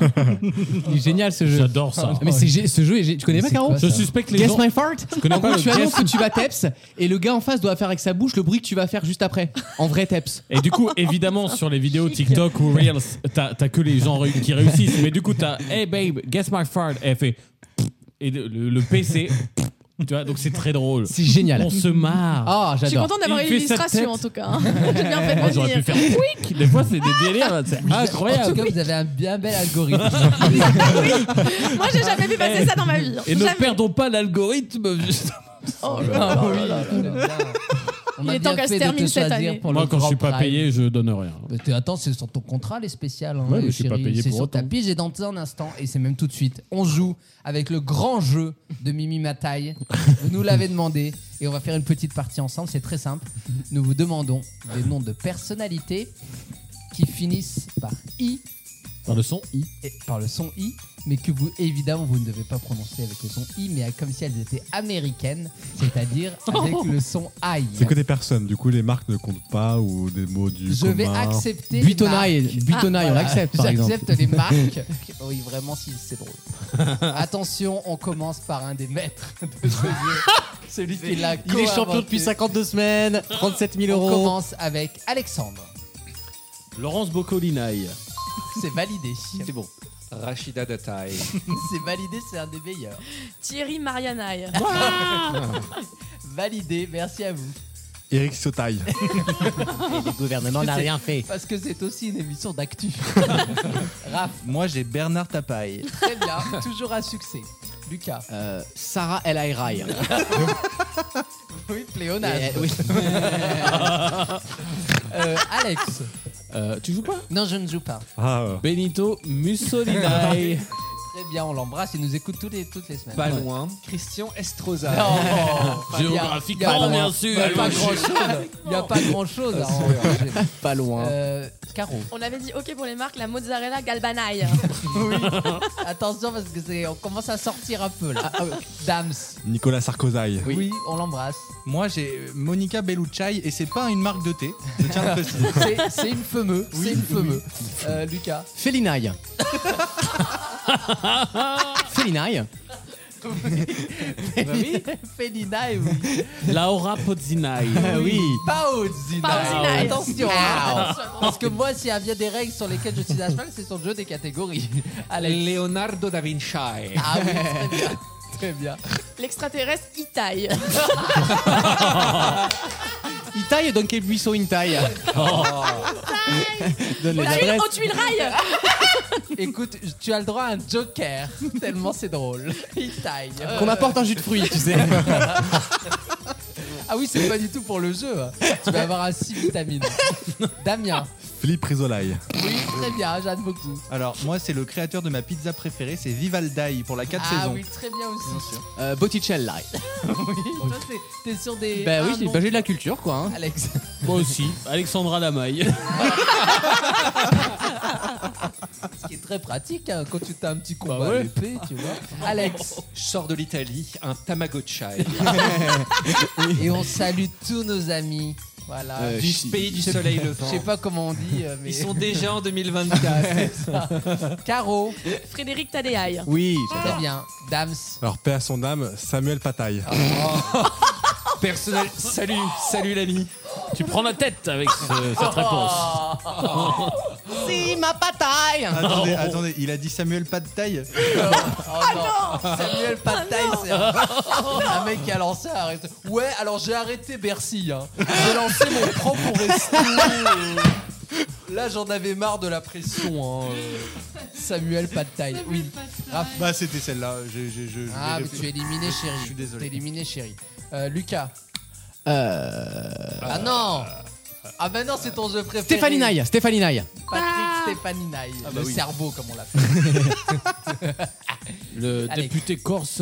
Speaker 22: Il est génial ce jeu.
Speaker 7: J'adore ça.
Speaker 22: Mais c'est gé- ce jeu, est gé- tu connais
Speaker 7: Mais
Speaker 22: pas
Speaker 7: c'est
Speaker 22: Caro
Speaker 7: quoi, ça Je suspecte les
Speaker 22: Guess
Speaker 7: gens-
Speaker 22: my fart.
Speaker 7: Je
Speaker 4: Ah,
Speaker 7: connais
Speaker 22: en
Speaker 7: pas
Speaker 22: gros,
Speaker 7: le
Speaker 22: tu
Speaker 7: guess.
Speaker 22: annonces que tu vas teps et le gars en face doit faire avec sa bouche le bruit que tu vas faire juste après. En vrai teps.
Speaker 7: Et du coup, évidemment, sur les vidéos TikTok ou Reels, t'as t'as que les gens réu- qui réussissent. Mais du coup, t'as Hey babe, guess my fart. Et elle fait Pff Et le, le- le PC. Pff Tu vois, donc c'est très drôle.
Speaker 22: C'est génial.
Speaker 7: On se marre.
Speaker 22: Ah,
Speaker 5: Je suis contente d'avoir
Speaker 7: Il
Speaker 5: eu
Speaker 7: fait
Speaker 5: l'illustration
Speaker 7: sa
Speaker 5: en
Speaker 7: tête.
Speaker 5: tout cas. hein. J'ai bien fait de
Speaker 7: Moi, j'aurais pu
Speaker 5: venir.
Speaker 7: faire quick. Des fois, c'est des délires. là, C'est
Speaker 4: Ah, En tout
Speaker 7: incroyable.
Speaker 4: cas, vous avez un bien bel algorithme.
Speaker 5: Moi, j'ai jamais vu passer
Speaker 7: Eh,
Speaker 5: ça dans ma vie.
Speaker 7: Et ne
Speaker 5: Jamais.
Speaker 7: perdons pas l'algorithme. justement.
Speaker 5: Ah oui.
Speaker 4: On
Speaker 5: Il
Speaker 4: a
Speaker 5: est temps
Speaker 4: bien
Speaker 5: qu'elle se
Speaker 4: fait de
Speaker 5: termine
Speaker 4: te
Speaker 5: cette
Speaker 4: choisir
Speaker 5: année.
Speaker 4: pour
Speaker 7: Moi,
Speaker 4: le
Speaker 7: quand je suis
Speaker 4: Grand
Speaker 7: pas
Speaker 4: Prix.
Speaker 7: payé, je donne rien.
Speaker 4: Mais t'es- Attends, c'est sur ton contrat, les spéciales. hein,
Speaker 7: Ouais, mais je suis
Speaker 4: chérie.
Speaker 7: pas payé
Speaker 4: C'est
Speaker 7: pour
Speaker 4: sur
Speaker 7: autant.
Speaker 4: ta pige et dans un instant, et c'est même tout de suite. On joue avec le grand jeu de Mimi Mataille. vous nous l'avez demandé et on va faire une petite partie ensemble. C'est très simple. Nous vous demandons des noms de personnalités qui finissent par I.
Speaker 7: Par le son
Speaker 4: I. Et par le son I, mais que vous, évidemment, vous ne devez pas prononcer avec le son I, mais comme si elles étaient américaines, c'est-à-dire avec le son I.
Speaker 11: C'est que des personnes, du coup les marques ne comptent pas ou des mots du.
Speaker 4: Je vais
Speaker 11: commun.
Speaker 4: accepter. les marques.
Speaker 22: Buitonna,
Speaker 4: Ah,
Speaker 22: on
Speaker 4: voilà.
Speaker 22: l'accepte, par exemple.
Speaker 4: J'accepte les marques. Oui, vraiment, si c'est drôle. Attention, on commence par un des maîtres de ce jeu. Celui qui l'a
Speaker 22: Il est champion
Speaker 4: co-inventé.
Speaker 22: depuis 52 semaines, 37 000 euros.
Speaker 4: On commence avec Alexandre.
Speaker 7: Laurence Boccolinaï.
Speaker 4: C'est validé.
Speaker 10: C'est bon. Rachida Dataï.
Speaker 4: C'est validé, c'est un des meilleurs.
Speaker 5: Thierry Marianaï.
Speaker 4: validé, merci à vous.
Speaker 11: Eric Sotaille.
Speaker 4: le
Speaker 14: gouvernement n'a rien fait.
Speaker 4: Parce que c'est aussi une émission d'actu. Raph,
Speaker 14: Moi, j'ai Bernard Tapaille.
Speaker 4: très bien, toujours un succès. Lucas.
Speaker 22: Euh, Sarah El Airaï.
Speaker 4: Oui, pléonasme.
Speaker 22: Et, euh, oui.
Speaker 4: Euh, Alex.
Speaker 7: Euh, tu joues pas Ah, euh.
Speaker 4: Non, je ne joue pas.
Speaker 7: Benito Mussolini.
Speaker 4: Très bien, on l'embrasse, il nous écoute toutes les, toutes les semaines.
Speaker 7: Pas loin.
Speaker 4: Christian Estrosa.
Speaker 7: Géographiquement, bien sûr.
Speaker 4: Il n'y a pas
Speaker 7: Allons-y.
Speaker 4: grand chose. Il n'y a pas grand chose à en ranger.
Speaker 22: Pas loin.
Speaker 4: Euh, Caro.
Speaker 5: On avait dit ok pour les marques, la mozzarella galbanaï.
Speaker 4: Attention parce que c'est, on commence à sortir un peu là. Dams.
Speaker 11: Nicolas Sarkozy.
Speaker 4: Oui, on l'embrasse.
Speaker 23: Moi, j'ai Monica Bellucciai et c'est pas une marque de thé. Je tiens à le préciser.
Speaker 4: C'est, c'est une fumeux. c'est une fumeux. Euh, Lucas.
Speaker 22: Félinaï. Félinaï.
Speaker 4: oui. Félina et oui.
Speaker 7: Laura Pozzinaï.
Speaker 4: Paozinaï.
Speaker 7: Paozinaï.
Speaker 4: Attention.
Speaker 7: Wow.
Speaker 4: hein. Parce que moi, s'il y a bien des règles sur lesquelles je suis à cheval, c'est sur le jeu des catégories. Allez.
Speaker 10: Leonardo da Vinci.
Speaker 4: Ah oui, très bien. Très bien.
Speaker 5: L'extraterrestre Itaï.
Speaker 6: Itaille, donc quel buisson une taille
Speaker 24: Oh.
Speaker 4: Donne les
Speaker 5: Aux tuiles-
Speaker 4: adresses.
Speaker 5: aux tuiles rail
Speaker 4: Écoute, tu as le droit à un joker, tellement c'est drôle. Il taille.
Speaker 6: Euh. Qu'on apporte un jus de fruits, tu sais.
Speaker 4: Ah oui, c'est pas du tout pour le jeu. hein. Tu vas avoir un 6 vitamines. Damien.
Speaker 14: Philippe Risolaille.
Speaker 4: Oui, très bien, j'aime beaucoup.
Speaker 24: Alors, moi, c'est le créateur de ma pizza préférée, c'est Vivaldi pour la 4
Speaker 4: ah
Speaker 24: saisons.
Speaker 4: oui, très bien aussi.
Speaker 6: Euh, Botticelli.
Speaker 4: Toi, t'es- t'es sur des.
Speaker 6: Bah oui,
Speaker 4: un
Speaker 6: j'ai-
Speaker 4: nom.
Speaker 6: bah, j'ai de la culture, quoi. hein.
Speaker 4: Alex.
Speaker 7: Moi aussi, Alexandra Lamaille.
Speaker 4: Ce qui est très pratique hein, quand tu t'as un petit combat à
Speaker 10: Bah ouais.
Speaker 4: l'épée, tu vois. Oh. Alex.
Speaker 10: Je sors de l'Italie, un Tamagotchi.
Speaker 4: Et on salue tous nos amis. Voilà.
Speaker 10: Euh, Du chi- pays du
Speaker 4: Je sais-
Speaker 10: soleil levant.
Speaker 4: Je sais pas comment on dit. euh, mais...
Speaker 10: Ils sont déjà en 2024.
Speaker 4: Caro.
Speaker 5: Frédéric Tadéaille.
Speaker 14: Oui,
Speaker 4: Très bien. Dams.
Speaker 14: Alors, paix à son âme, Samuel Pataille.
Speaker 24: Ah.
Speaker 10: Personnel. Salut, salut l'ami.
Speaker 7: Tu prends la tête avec ce- cette réponse.
Speaker 4: Oh.
Speaker 13: Si, ma pataille
Speaker 24: Attendez, attendez, il a dit Samuel pas de taille
Speaker 4: Oh, Samuel Pataille, c'est un... un mec qui a lancé un resto. Ouais, alors j'ai arrêté Bercy. hein. J'ai lancé mon propre resto. euh. Là, j'en avais marre de la pression. hein, euh. Samuel Pataille. Oui. Raph.
Speaker 24: Bah, c'était celle-là. j'ai- j'ai- je- je
Speaker 4: Ah,
Speaker 24: l'ai
Speaker 4: mais
Speaker 24: fait.
Speaker 4: tu es éliminé, chérie.
Speaker 24: Je suis désolé.
Speaker 4: T'es éliminé, chérie. Euh, Lucas.
Speaker 7: Ah,
Speaker 6: Euh...
Speaker 4: Ah non
Speaker 7: euh,
Speaker 4: Ah bah non, c'est ton jeu préféré.
Speaker 6: Stéphanie Naï, Stéphanie Naï.
Speaker 4: Patrick Stéphanie Naï.
Speaker 6: Ah bah
Speaker 4: le
Speaker 6: oui.
Speaker 4: cerveau, comme on l'appelle.
Speaker 7: Le
Speaker 4: Allez.
Speaker 7: député corse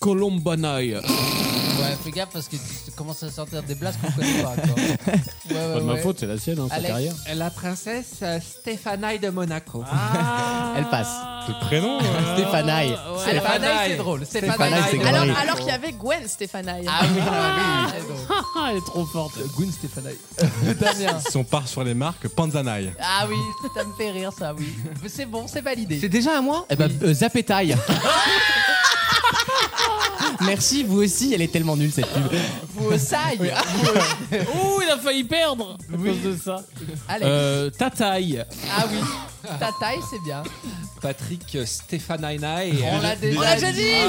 Speaker 7: Colombanaille.
Speaker 4: Ouais, fais gaffe parce que tu commences à sortir des blagues qu'on connaît pas. Quoi.
Speaker 7: Pas de ma faute, c'est la sienne, hein, sa
Speaker 4: Alex.
Speaker 7: carrière.
Speaker 10: La princesse euh, Stéphanaï de Monaco.
Speaker 7: Ah.
Speaker 6: Elle passe.
Speaker 14: Le prénom euh,
Speaker 6: Stéphanaï.
Speaker 4: Stéphanaï, c'est drôle.
Speaker 6: Stéphanaï, c'est
Speaker 5: Alors,
Speaker 6: drôle.
Speaker 5: alors qu'il y avait Gwen Stéphanaï.
Speaker 4: Ah oui,
Speaker 5: Ah.
Speaker 7: Elle est trop forte.
Speaker 4: Gun Stéphanaï. Damien.
Speaker 14: Si on part sur les marques, Panzanaï.
Speaker 4: Ah oui, ça me fait rire ça, oui. Mais c'est bon, c'est validé.
Speaker 6: C'est déjà à moi Eh ben, euh, Zapetaille. Merci, vous aussi, elle est tellement nulle cette pub.
Speaker 4: Vous euh, saille.
Speaker 7: Oh, il a failli perdre à cause euh, de ça.
Speaker 4: Alex.
Speaker 7: Euh, Tataï.
Speaker 4: Ah oui, ta taille, c'est bien.
Speaker 10: Patrick euh, Stéphanaï.
Speaker 4: On l'a déjà,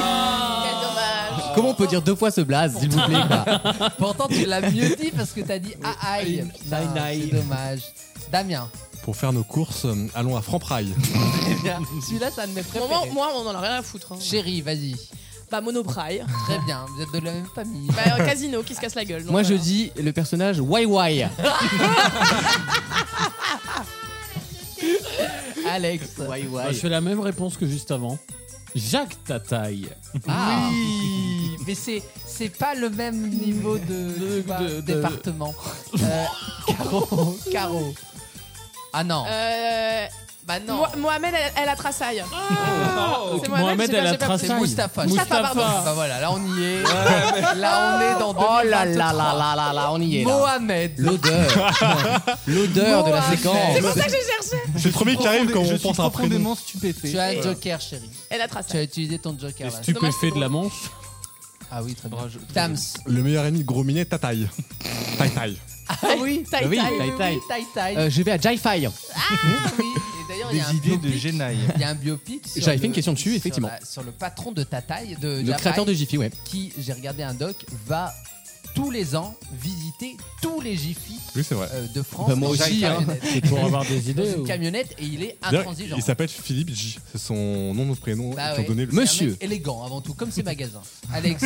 Speaker 6: Ah. Comment on peut dire deux fois ce blaze, s'il vous plaît quoi
Speaker 4: Pourtant, tu l'as mieux dit parce que t'as dit ah aïe. Putain,
Speaker 14: Naï, naï.
Speaker 4: C'est dommage. Damien.
Speaker 14: Pour faire nos courses, euh, allons à Franpraille.
Speaker 4: Eh bien, Celui-là, ça ne m'est préférés.
Speaker 5: Moi, moi, on en a rien à foutre. hein.
Speaker 4: Chérie, vas-y.
Speaker 5: Bah, Monobraille.
Speaker 4: Très bien, vous êtes de la même famille.
Speaker 5: Bah, euh, Casino qui se casse la gueule. donc
Speaker 6: Moi je
Speaker 5: voilà.
Speaker 6: dis le personnage YY.
Speaker 4: Alex. Ouais,
Speaker 7: Moi, Ah, je fais la même réponse que juste avant. Jacques Tataï.
Speaker 4: Ah. Oui, mais c'est c'est pas le même niveau de, tu vois,
Speaker 7: de- de-
Speaker 4: département. Euh, Caro, Caro. Ah non.
Speaker 5: Euh, bah
Speaker 4: non.
Speaker 5: Mohamed, elle, elle a Trassaille.
Speaker 4: Oh.
Speaker 5: C'est Mohamed, Mohamed, j'ai pas- elle a j'ai pas- Trassaille.
Speaker 4: C'est Mustapha.
Speaker 5: Mustapha, pardon.
Speaker 4: Bah voilà, là on y est.
Speaker 6: Ouais, mais-
Speaker 4: Là on est dans
Speaker 6: Oh là
Speaker 4: 2023.
Speaker 6: là là là là là, on y est là.
Speaker 4: Mohamed.
Speaker 6: L'odeur. L'odeur de la
Speaker 4: Mohamed.
Speaker 6: séquence.
Speaker 4: C'est pour ça
Speaker 5: que j'ai cherché.
Speaker 14: C'est le premier qui arrive quand
Speaker 24: Je
Speaker 14: on
Speaker 24: suis
Speaker 14: pense à un prénom.
Speaker 24: profondément stupéfait.
Speaker 4: Tu as un
Speaker 24: Ouais.
Speaker 4: joker, chérie.
Speaker 5: Elle a Trassaille.
Speaker 4: Tu as utilisé ton joker. là.
Speaker 7: Stupéfait de la manche. Oh,
Speaker 4: Ah oui, très bien. Tams.
Speaker 14: Le meilleur ami de Gros Minet, Tataï. Taille Taille.
Speaker 4: Ah oui, taille
Speaker 6: Oui, taille,
Speaker 4: taille.
Speaker 6: taille.
Speaker 4: oui, taille, taille.
Speaker 6: Euh, je vais à Jai-Fi.
Speaker 4: Ah, Et d'ailleurs, il y a un
Speaker 24: Des idées de Génaï.
Speaker 4: Il y a un biopic. sur
Speaker 6: J'avais fait
Speaker 4: le-
Speaker 6: une question dessus,
Speaker 4: sur
Speaker 6: effectivement.
Speaker 4: la- Sur le patron de Tataille, de
Speaker 6: Le
Speaker 4: Japai,
Speaker 6: créateur de Jiffy, ouais.
Speaker 4: Qui, j'ai regardé un doc, va tous les ans visiter tous les Jiffy
Speaker 14: Oui, c'est vrai.
Speaker 4: euh, de France.
Speaker 6: Bah, moi
Speaker 4: dans
Speaker 6: aussi,
Speaker 4: une
Speaker 6: hein.
Speaker 4: camionnette.
Speaker 6: C'est pour avoir des
Speaker 4: Dans
Speaker 6: idées,
Speaker 4: une
Speaker 6: ou-
Speaker 4: camionnette et il est
Speaker 14: D'ailleurs,
Speaker 4: intransigeant.
Speaker 14: Il s'appelle Philippe J. C'est son nom de prénom.
Speaker 4: Bah
Speaker 14: Ils
Speaker 4: ouais.
Speaker 14: ont donné le-
Speaker 4: C'est un mec Élégant avant tout, comme ses magasins. Alex,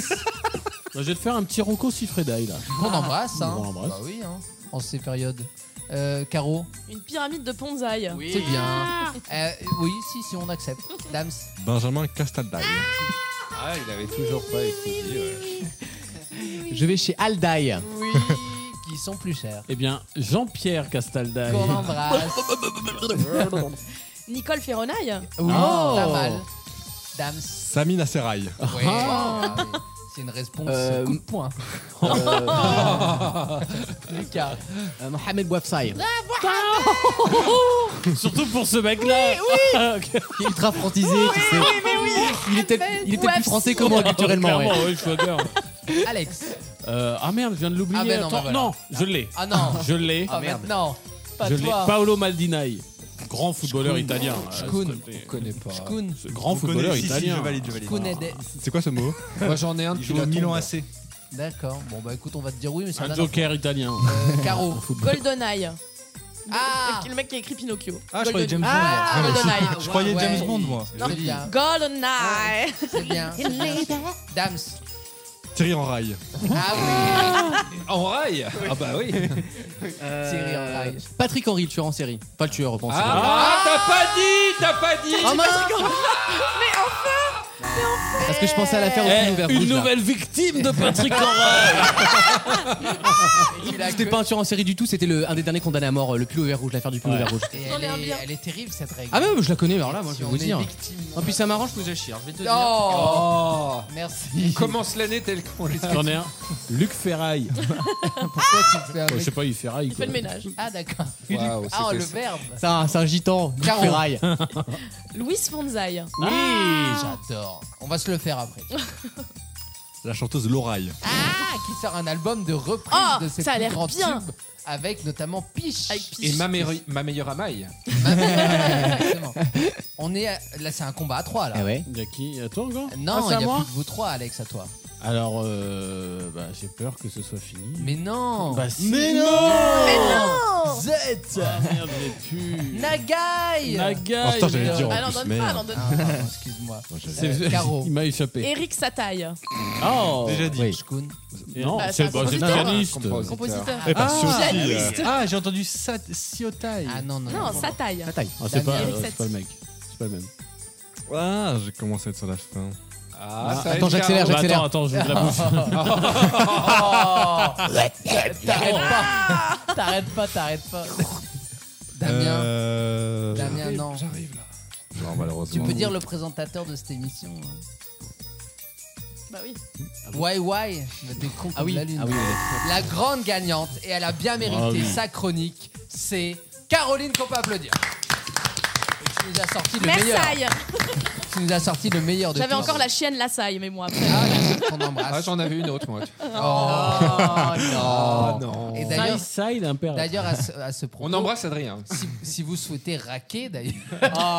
Speaker 7: Moi, je vais te faire un petit Rocco Siffredi là.
Speaker 4: qu'on embrasse. Hein.
Speaker 7: On l'embrasse.
Speaker 4: Bah oui, hein, en ces périodes. Euh, Caro,
Speaker 5: Une pyramide de Ponzaï.
Speaker 4: c'est bien. Euh, oui, si, si, on accepte. Dams,
Speaker 14: Benjamin Castaldaille.
Speaker 10: Ah, il avait toujours pas écouté.
Speaker 6: Je vais chez Aldaï.
Speaker 4: qui sont plus chers.
Speaker 7: Eh bien, Jean-Pierre Castaldaï.
Speaker 4: Qu'on embrasse.
Speaker 5: Nicole Ferronaille.
Speaker 4: Oui,
Speaker 7: Oh.
Speaker 4: pas mal. Dams.
Speaker 14: Samy Nasseraï.
Speaker 4: Ouais,
Speaker 7: Ah.
Speaker 4: ouais, ouais. C'est une réponse
Speaker 6: Euh,
Speaker 4: coup de poing.
Speaker 7: Euh,
Speaker 4: Lucas.
Speaker 6: Euh, Mohamed Bouafsaï.
Speaker 7: Surtout pour ce mec-là. Oui,
Speaker 6: Qui est ultra francisé, tu sais. Il était, il était plus français que moi culturellement, ouais.
Speaker 7: Clairement, oui, Schwager.
Speaker 4: Alex.
Speaker 7: Euh, ah merde, je viens de l'oublier.
Speaker 4: Ah ben non,
Speaker 7: Attends,
Speaker 4: ben voilà.
Speaker 7: non, je l'ai.
Speaker 4: Ah non.
Speaker 7: Je l'ai.
Speaker 4: Ah maintenant. Pas
Speaker 7: Je l'ai.
Speaker 4: toi.
Speaker 7: Paolo Maldinai. Grand footballeur italien.
Speaker 4: Schoon.
Speaker 7: Je connais pas.
Speaker 4: Schoon.
Speaker 7: Grand
Speaker 24: Vous
Speaker 7: footballeur
Speaker 24: connaissez- si, si,
Speaker 7: italien.
Speaker 24: je valide, je valide.
Speaker 4: Schoon et des-
Speaker 14: C'est quoi ce mot
Speaker 10: Moi j'en ai un
Speaker 24: Il
Speaker 10: depuis
Speaker 24: joue au
Speaker 10: la
Speaker 24: Milan
Speaker 10: tombe.
Speaker 24: AC.
Speaker 4: D'accord. Bon, bah écoute, on va te dire oui, mais ça
Speaker 7: Un joker italien.
Speaker 4: Euh, Caro.
Speaker 5: GoldenEye. Ah Le mec qui a écrit Pinocchio.
Speaker 23: Ah, je croyais
Speaker 5: Golden-
Speaker 23: James Bond.
Speaker 5: Ah,
Speaker 23: moi.
Speaker 5: GoldenEye.
Speaker 23: Je croyais
Speaker 4: Ouais,
Speaker 23: James
Speaker 4: ouais.
Speaker 23: Bond, moi.
Speaker 4: Non, c'est bien.
Speaker 5: GoldenEye.
Speaker 4: C'est bien. Dams.
Speaker 23: Thierry en rail.
Speaker 4: Ah
Speaker 1: En rail Ah bah oui.
Speaker 4: Euh,
Speaker 6: Thierry en rail. Patrick Henry, le tueur en série. Pas le tueur, pense.
Speaker 1: Ah, ah, t'as pas dit T'as pas dit
Speaker 6: Ah, mince.
Speaker 5: Mais enfin
Speaker 6: Parce que je pensais à l'affaire
Speaker 7: Eh,
Speaker 6: au film vert
Speaker 7: une
Speaker 6: rouge, là.
Speaker 7: nouvelle victime de Patrick Henry.
Speaker 6: C'était pas un tueur en série du tout, c'était le- un des derniers condamnés à mort, euh, le pull au vert rouge, l'affaire du pull au vert rouge.
Speaker 4: Et elle, est, elle est terrible cette règle.
Speaker 6: Ah, mais je la connais, alors là, moi, je
Speaker 4: Si
Speaker 6: vais
Speaker 4: on
Speaker 6: vous
Speaker 4: est
Speaker 6: dire.
Speaker 4: victime.
Speaker 6: En plus, ça m'arrange, je vous achire. Je vais te dire.
Speaker 4: Oh. Merci.
Speaker 1: On commence l'année telle qu'on les
Speaker 7: J'en ai un. Luc Ferraille.
Speaker 4: Pourquoi tu te fais un
Speaker 7: Oh, je
Speaker 4: mec
Speaker 7: sais pas, il ferraille.
Speaker 5: Il fait
Speaker 7: quoi.
Speaker 5: le ménage.
Speaker 4: Ah d'accord.
Speaker 7: Waouh,
Speaker 4: ah
Speaker 7: c'était
Speaker 4: le
Speaker 7: ça.
Speaker 4: verbe.
Speaker 6: C'est un, c'est un gitan, Luc
Speaker 4: Caro.
Speaker 6: Ferraille.
Speaker 5: Louis Fonzaille.
Speaker 4: Oui, j'adore. On va se le faire après.
Speaker 23: La chanteuse Loraille.
Speaker 4: Ah, qui sort un album de reprise
Speaker 5: Oh,
Speaker 4: de ses
Speaker 5: ça a
Speaker 4: plus
Speaker 5: l'air
Speaker 4: grands
Speaker 5: bien.
Speaker 4: tubes, avec notamment Piche.
Speaker 1: Et ma, meilleure- ma meilleure amaille.
Speaker 4: Exactement. On est à- là, c'est un combat à trois là.
Speaker 7: Il y a qui À toi encore
Speaker 4: Non,
Speaker 7: Ah,
Speaker 4: il
Speaker 7: c'est à
Speaker 4: y a
Speaker 7: moi
Speaker 4: plus que vous trois, Alex, à toi.
Speaker 7: Alors, euh, bah, j'ai peur que ce soit fini.
Speaker 4: Mais non
Speaker 7: Bah, si.
Speaker 4: Mais non Mais non Z
Speaker 7: Ah, merde, j'ai pu.
Speaker 4: Nagai
Speaker 7: Nagai, Oh, putain, j'allais le dire en
Speaker 5: Ah, n'en
Speaker 7: plus,
Speaker 5: donne
Speaker 7: merde.
Speaker 5: pas, n'en donne
Speaker 4: Ah,
Speaker 5: pas.
Speaker 4: pardon, Excuse-moi.
Speaker 7: C'est-
Speaker 4: Euh, Caro.
Speaker 7: Il m'a échappé.
Speaker 5: Eric Sataille.
Speaker 7: Oh
Speaker 23: Déjà dit.
Speaker 4: Shkun.
Speaker 7: Non,
Speaker 5: Bah,
Speaker 7: c'est
Speaker 5: c'est un
Speaker 7: bah, c'est
Speaker 5: compositeur.
Speaker 7: pianiste.
Speaker 5: Compositeur. Compositeur.
Speaker 23: Eh ben,
Speaker 5: Ah,
Speaker 23: Ciotti,
Speaker 5: pianiste.
Speaker 23: euh, Ah, j'ai entendu ça, Ciotaille.
Speaker 4: Ah non, non.
Speaker 5: Non, Sataille.
Speaker 7: Ah,
Speaker 23: Oh,
Speaker 7: c'est pas,
Speaker 5: Eric
Speaker 7: euh, c'est
Speaker 5: Sataille.
Speaker 7: pas le mec. C'est pas le même.
Speaker 23: Ah, j'ai commencé à être sur la fin.
Speaker 1: Ah, ça va
Speaker 6: attends,
Speaker 1: être
Speaker 6: j'accélère,
Speaker 1: Caro.
Speaker 6: j'accélère.
Speaker 7: Bah, attends, attends, j'ouvre la
Speaker 4: T'arrêtes pas T'arrêtes pas, t'arrêtes pas. Damien,
Speaker 23: Euh...
Speaker 4: Damien, non.
Speaker 23: Non, malheureusement.
Speaker 4: Tu peux dire le présentateur de cette émission hein.
Speaker 5: Bah oui.
Speaker 4: Why Why Mais T'es con comme
Speaker 6: Ah oui,
Speaker 4: la lune.
Speaker 6: ah oui,
Speaker 4: La grande gagnante, et elle a bien mérité
Speaker 6: Ah oui.
Speaker 4: sa chronique, c'est Caroline qu'on peut applaudir. Tu nous as sorti le meilleur.
Speaker 5: Versailles.
Speaker 4: Tu nous as sorti le meilleur de
Speaker 5: J'avais
Speaker 4: tous.
Speaker 5: encore la chienne Lassaille, mais moi après.
Speaker 1: Ah, j'en avais une autre, moi. tu-
Speaker 4: Oh,
Speaker 1: Oh, non.
Speaker 4: Et d'ailleurs,
Speaker 7: Side, un père.
Speaker 4: d'ailleurs à, ce, à ce propos,
Speaker 1: On embrasse Adrien.
Speaker 4: si, si vous souhaitez raquer d'ailleurs,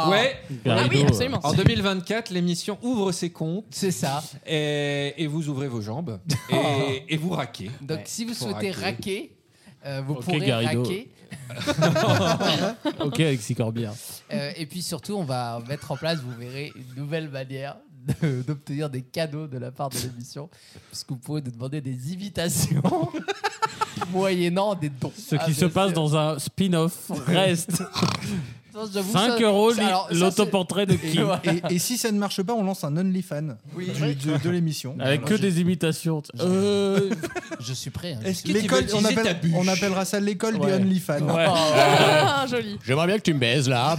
Speaker 1: Ouais.
Speaker 5: Ah oui, absolument.
Speaker 1: En 2024, l'émission ouvre ses comptes
Speaker 4: c'est ça. Oh.
Speaker 1: et, et vous ouvrez vos jambes et, et vous raquez.
Speaker 4: Donc si vous
Speaker 1: Ben, Faut
Speaker 4: souhaitez
Speaker 1: raquer.
Speaker 4: raquer, euh, vous
Speaker 7: Ok,
Speaker 4: pourrez
Speaker 7: Garrido.
Speaker 4: raquer.
Speaker 7: ok, Alexis Corbière.
Speaker 4: Euh, et puis surtout, on va mettre en place, vous verrez, une nouvelle manière de- d'obtenir des cadeaux de la part de l'émission. Parce que vous pouvez nous demander des invitations moyennant des dons. Ah,
Speaker 7: Ce
Speaker 5: Ah,
Speaker 7: qui se passe dans un spin-off reste 5 euros li- l'autoportrait de qui
Speaker 23: Et, et si ça ne marche pas, on lance un OnlyFan
Speaker 4: Oui.
Speaker 23: du- de, de l'émission.
Speaker 7: Avec que des imitations. Euh,
Speaker 4: Je suis prêt. hein.
Speaker 1: Est-ce que tu veux
Speaker 23: L'école, on,
Speaker 1: utiliser
Speaker 23: appelle-
Speaker 1: ta bûche
Speaker 23: on appellera ça l'école
Speaker 7: Ouais.
Speaker 23: du OnlyFan.
Speaker 4: Oh,
Speaker 7: Ouais.
Speaker 5: Ah, joli.
Speaker 6: J'aimerais bien que tu me baises là.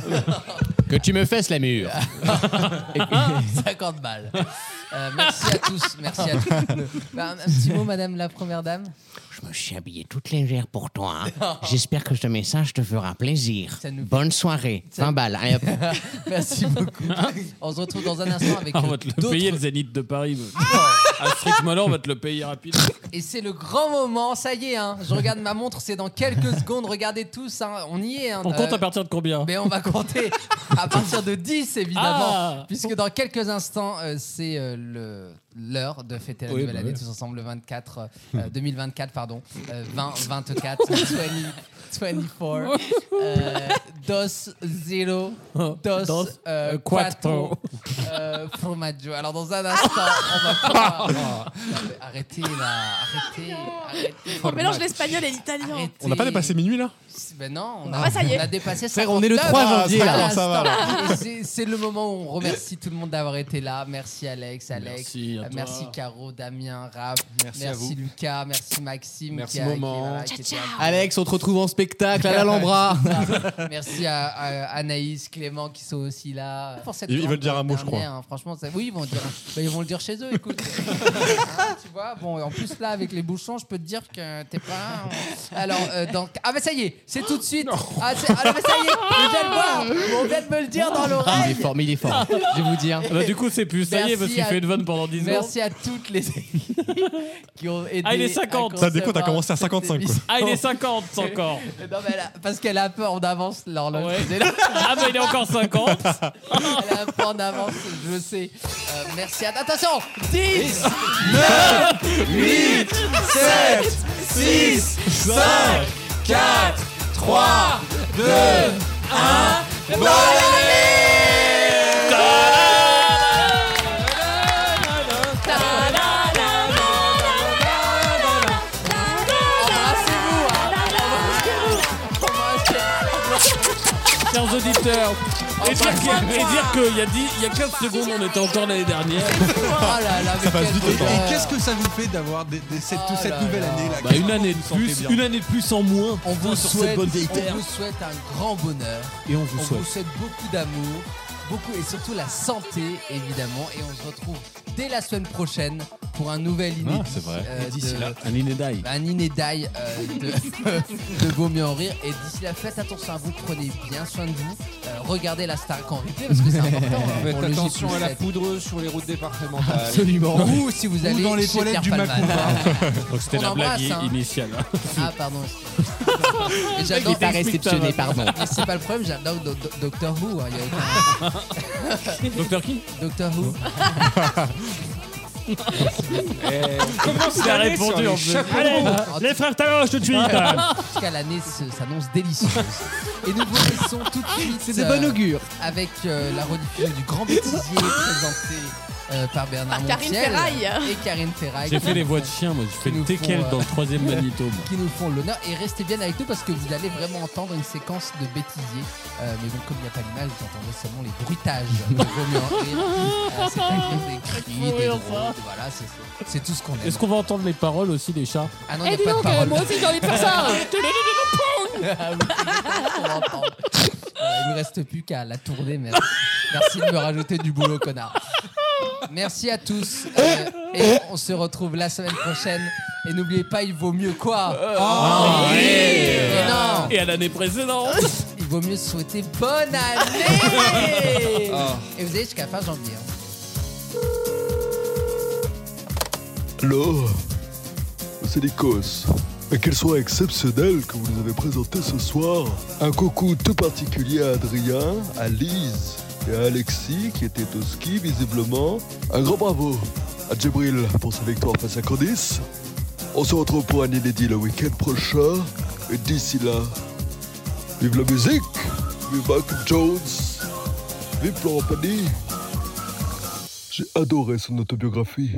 Speaker 6: que tu me fesses la mûre.
Speaker 4: 50 balles. Euh, merci à tous. Merci à tous. Bah, un, un petit mot, madame la première dame.
Speaker 2: Je me suis habillée toute légère pour toi. hein. J'espère que ce message te fera plaisir.
Speaker 4: Ça nous-
Speaker 2: Bonne soirée. 20 balles. Allez, hop.
Speaker 4: Merci beaucoup. On se retrouve dans un instant avec
Speaker 7: Hein Ah, on
Speaker 4: euh,
Speaker 7: va te le
Speaker 4: d'autres Ah
Speaker 7: payer, le Zénith de Paris. à ce rythme-là, on va te le payer rapide.
Speaker 4: Et c'est le grand moment, ça y est, hein. je regarde ma montre, c'est dans quelques secondes, regardez tous, hein. on y est. hein.
Speaker 7: On compte
Speaker 4: Euh,
Speaker 7: à partir de combien
Speaker 4: Mais on va compter Ah, à partir de 10, évidemment,
Speaker 7: Ah.
Speaker 4: puisque dans quelques instants, euh, c'est euh, le- l'heure de fêter la
Speaker 7: Oui,
Speaker 4: nouvelle
Speaker 7: bah
Speaker 4: année
Speaker 7: oui.
Speaker 4: tous ensemble, le 24, euh, 2024, pardon, euh, 20, 24, 20, 24, euh, dos zero, dos,
Speaker 7: Dos,
Speaker 4: euh,
Speaker 7: euh, quattro.
Speaker 4: quattro, euh, formaggio. Alors dans un instant, on va pouvoir... Non, mais Arrêtez là, arrêtez, arrêtez.
Speaker 5: On mélange l'espagnol et l'italien.
Speaker 23: On n'a pas dépassé minuit là
Speaker 4: Ben non, on a,
Speaker 5: Ah, ça y est.
Speaker 4: on a dépassé ça.
Speaker 6: Frère, on est le 3 janvier, là.
Speaker 23: Ça va,
Speaker 4: C'est le moment où on remercie tout le monde d'avoir été là. Merci Alex, Alex. Euh,
Speaker 7: Merci à toi.
Speaker 4: Merci Caro, Damien, Raph.
Speaker 23: Merci à vous.
Speaker 4: Merci Lucas, merci Maxime.
Speaker 1: Merci
Speaker 4: qui a- qui est
Speaker 1: Moment.
Speaker 4: là, qui était là.
Speaker 6: Alex, on te retrouve en spectacle à l'Alhambra.
Speaker 4: Merci à, à Anaïs, Clément qui sont aussi là. Pour cette
Speaker 23: Ils- ils
Speaker 4: grande
Speaker 23: veulent dire un mot, je
Speaker 4: dernière,
Speaker 23: crois.
Speaker 4: hein, franchement, ça- oui, ils vont, dire, bah, ils vont le dire chez eux, écoute. Hein, tu vois, bon, en plus là, avec les bouchons, je peux te dire que t'es pas. Alors, euh, donc. Ah, bah ça y est, c'est tout de suite. Ah, c'est- ah, bah ça y est, je viens de
Speaker 23: Ah.
Speaker 4: voir. On vient de me le dire dans
Speaker 6: Ah, il est
Speaker 4: l'oreille.
Speaker 6: fort, mais il est fort. Je vais vous hein. dire.
Speaker 7: Ah bah, Du coup, c'est plus. Ça y est, parce
Speaker 4: Merci
Speaker 7: qu'il
Speaker 4: à-
Speaker 7: fait une vanne pendant 10 ans.
Speaker 4: Merci à toutes les équipes qui ont aidé.
Speaker 7: Ah, il est 50.
Speaker 4: à
Speaker 23: Ça déconne, t'as
Speaker 4: concevoir
Speaker 23: commencé à
Speaker 4: cette
Speaker 23: 55, quoi.
Speaker 7: Ah, il est 50 encore.
Speaker 4: Non, mais elle a- parce qu'elle a peur, on avance l'horloge.
Speaker 7: Ouais.
Speaker 4: Elle a
Speaker 7: Ah, bah, il est encore 50.
Speaker 4: elle a un peu en avance, je sais. Euh, merci. à- Attention 10, 9,
Speaker 13: 8, 7, 6, 5, 4, 3, 2, 1. Bonne
Speaker 7: Chers auditeurs,
Speaker 4: Oh,
Speaker 7: et dire que- et dire qu'il y a dix- il y a 15 secondes, on était encore l'année dernière.
Speaker 4: Oh
Speaker 23: Ça passe vite. Et qu'est-ce que ça vous fait d'avoir des- des- cette, toute cette nouvelle année là
Speaker 7: Oh Bah, une année de plus, une année de plus en moins.
Speaker 4: On vous,
Speaker 7: sur
Speaker 4: souhaite,
Speaker 7: cette bonne vieille
Speaker 4: on
Speaker 7: terre.
Speaker 4: vous souhaite un grand bonheur.
Speaker 7: Et on vous souhaite.
Speaker 4: beaucoup d'amour, beaucoup et surtout la santé, évidemment. Et on se retrouve dès la semaine prochaine pour un nouvel inédit.
Speaker 7: Ah, c'est vrai.
Speaker 4: euh,
Speaker 7: Et d'ici
Speaker 4: de-
Speaker 7: là, un inédai.
Speaker 4: Un inédai euh, de, de Vaut mieux en rire. Et d'ici là, faites attention à vous, prenez bien soin de vous. Euh, regardez la star en replay parce que c'est important. hein,
Speaker 10: Faites
Speaker 4: pour le
Speaker 10: attention
Speaker 4: J+7.
Speaker 10: à la poudreuse sur les routes départementales.
Speaker 4: Absolument. Ou si vous allez
Speaker 10: dans les
Speaker 4: chez Pierre
Speaker 10: toilettes du
Speaker 4: Palmade.
Speaker 10: Macumba.
Speaker 7: Donc c'était
Speaker 4: On
Speaker 7: la blague
Speaker 4: embrasse, hein.
Speaker 7: initiale.
Speaker 4: Ah, pardon. Et
Speaker 7: Le
Speaker 4: J'adore
Speaker 7: mec était réceptionné, pardon.
Speaker 4: Mais c'est pas le problème, j'adore Do- Do- Doctor Who. hein, y a aucun-
Speaker 7: Docteur qui
Speaker 4: Doctor Who.
Speaker 7: Comment
Speaker 13: c'est la réponse
Speaker 7: répondu en plus
Speaker 4: les
Speaker 7: frères Taloche tout de suite. Ah,
Speaker 4: En tout cas, l'année se- s'annonce délicieuse. Et nous vous laissons tout de suite.
Speaker 6: C'est de
Speaker 4: euh,
Speaker 6: bon augure.
Speaker 4: Avec euh, la rediffusion du Grand Bêtisier présenté euh, par Bernard
Speaker 5: Par Ah, Karine
Speaker 4: Montiel
Speaker 5: Ferraille.
Speaker 4: Et Karine Ferraille.
Speaker 7: J'ai fait les voix de chien, moi. J'ai fait le teckel
Speaker 4: font, euh,
Speaker 7: dans le troisième magnéto.
Speaker 4: qui nous font l'honneur. Et restez bien avec nous parce que vous allez vraiment entendre une séquence de bêtisier. Euh, mais bon, comme il n'y a pas l'image, vous entendrez seulement les bruitages. de Roméo en rire. Euh, C'est-à-dire des cris, des
Speaker 7: Mourir,
Speaker 4: drôles,
Speaker 7: ça.
Speaker 4: voilà, c'est- c'est- c'est tout ce qu'on aime.
Speaker 7: Est-ce qu'on va entendre les paroles aussi des chats
Speaker 4: Ah non,
Speaker 5: Eh,
Speaker 4: il n'y a
Speaker 5: dis
Speaker 4: pas de
Speaker 5: donc,
Speaker 4: parole.
Speaker 5: moi aussi j'ai envie de faire ça.
Speaker 4: Ah oui, on va entendre. Voilà, il ne reste plus qu'à la tourner. Merci. Merci de me rajouter du boulot, connard. Merci à tous. Euh, et on se retrouve la semaine prochaine. Et n'oubliez pas, il vaut mieux quoi
Speaker 7: en rire.
Speaker 4: Mais Ah, Eh, non
Speaker 7: Ah, Et à l'année précédente
Speaker 4: Il vaut mieux souhaiter bonne année Et vous avez jusqu'à fin janvier. hein.
Speaker 3: L'eau, c'est l'Écosse. Mais quelle soirée exceptionnelle que vous nous avez présentée ce soir. Un coucou tout particulier à Adrien, à Lise et à Alexis qui étaient au ski visiblement. Un grand bravo à Djibril pour sa victoire face à Candice. On se retrouve pour un inédit le week-end prochain. Et d'ici là, vive la musique, vive Michael Jones, vive Florent Pagny. J'ai adoré son autobiographie.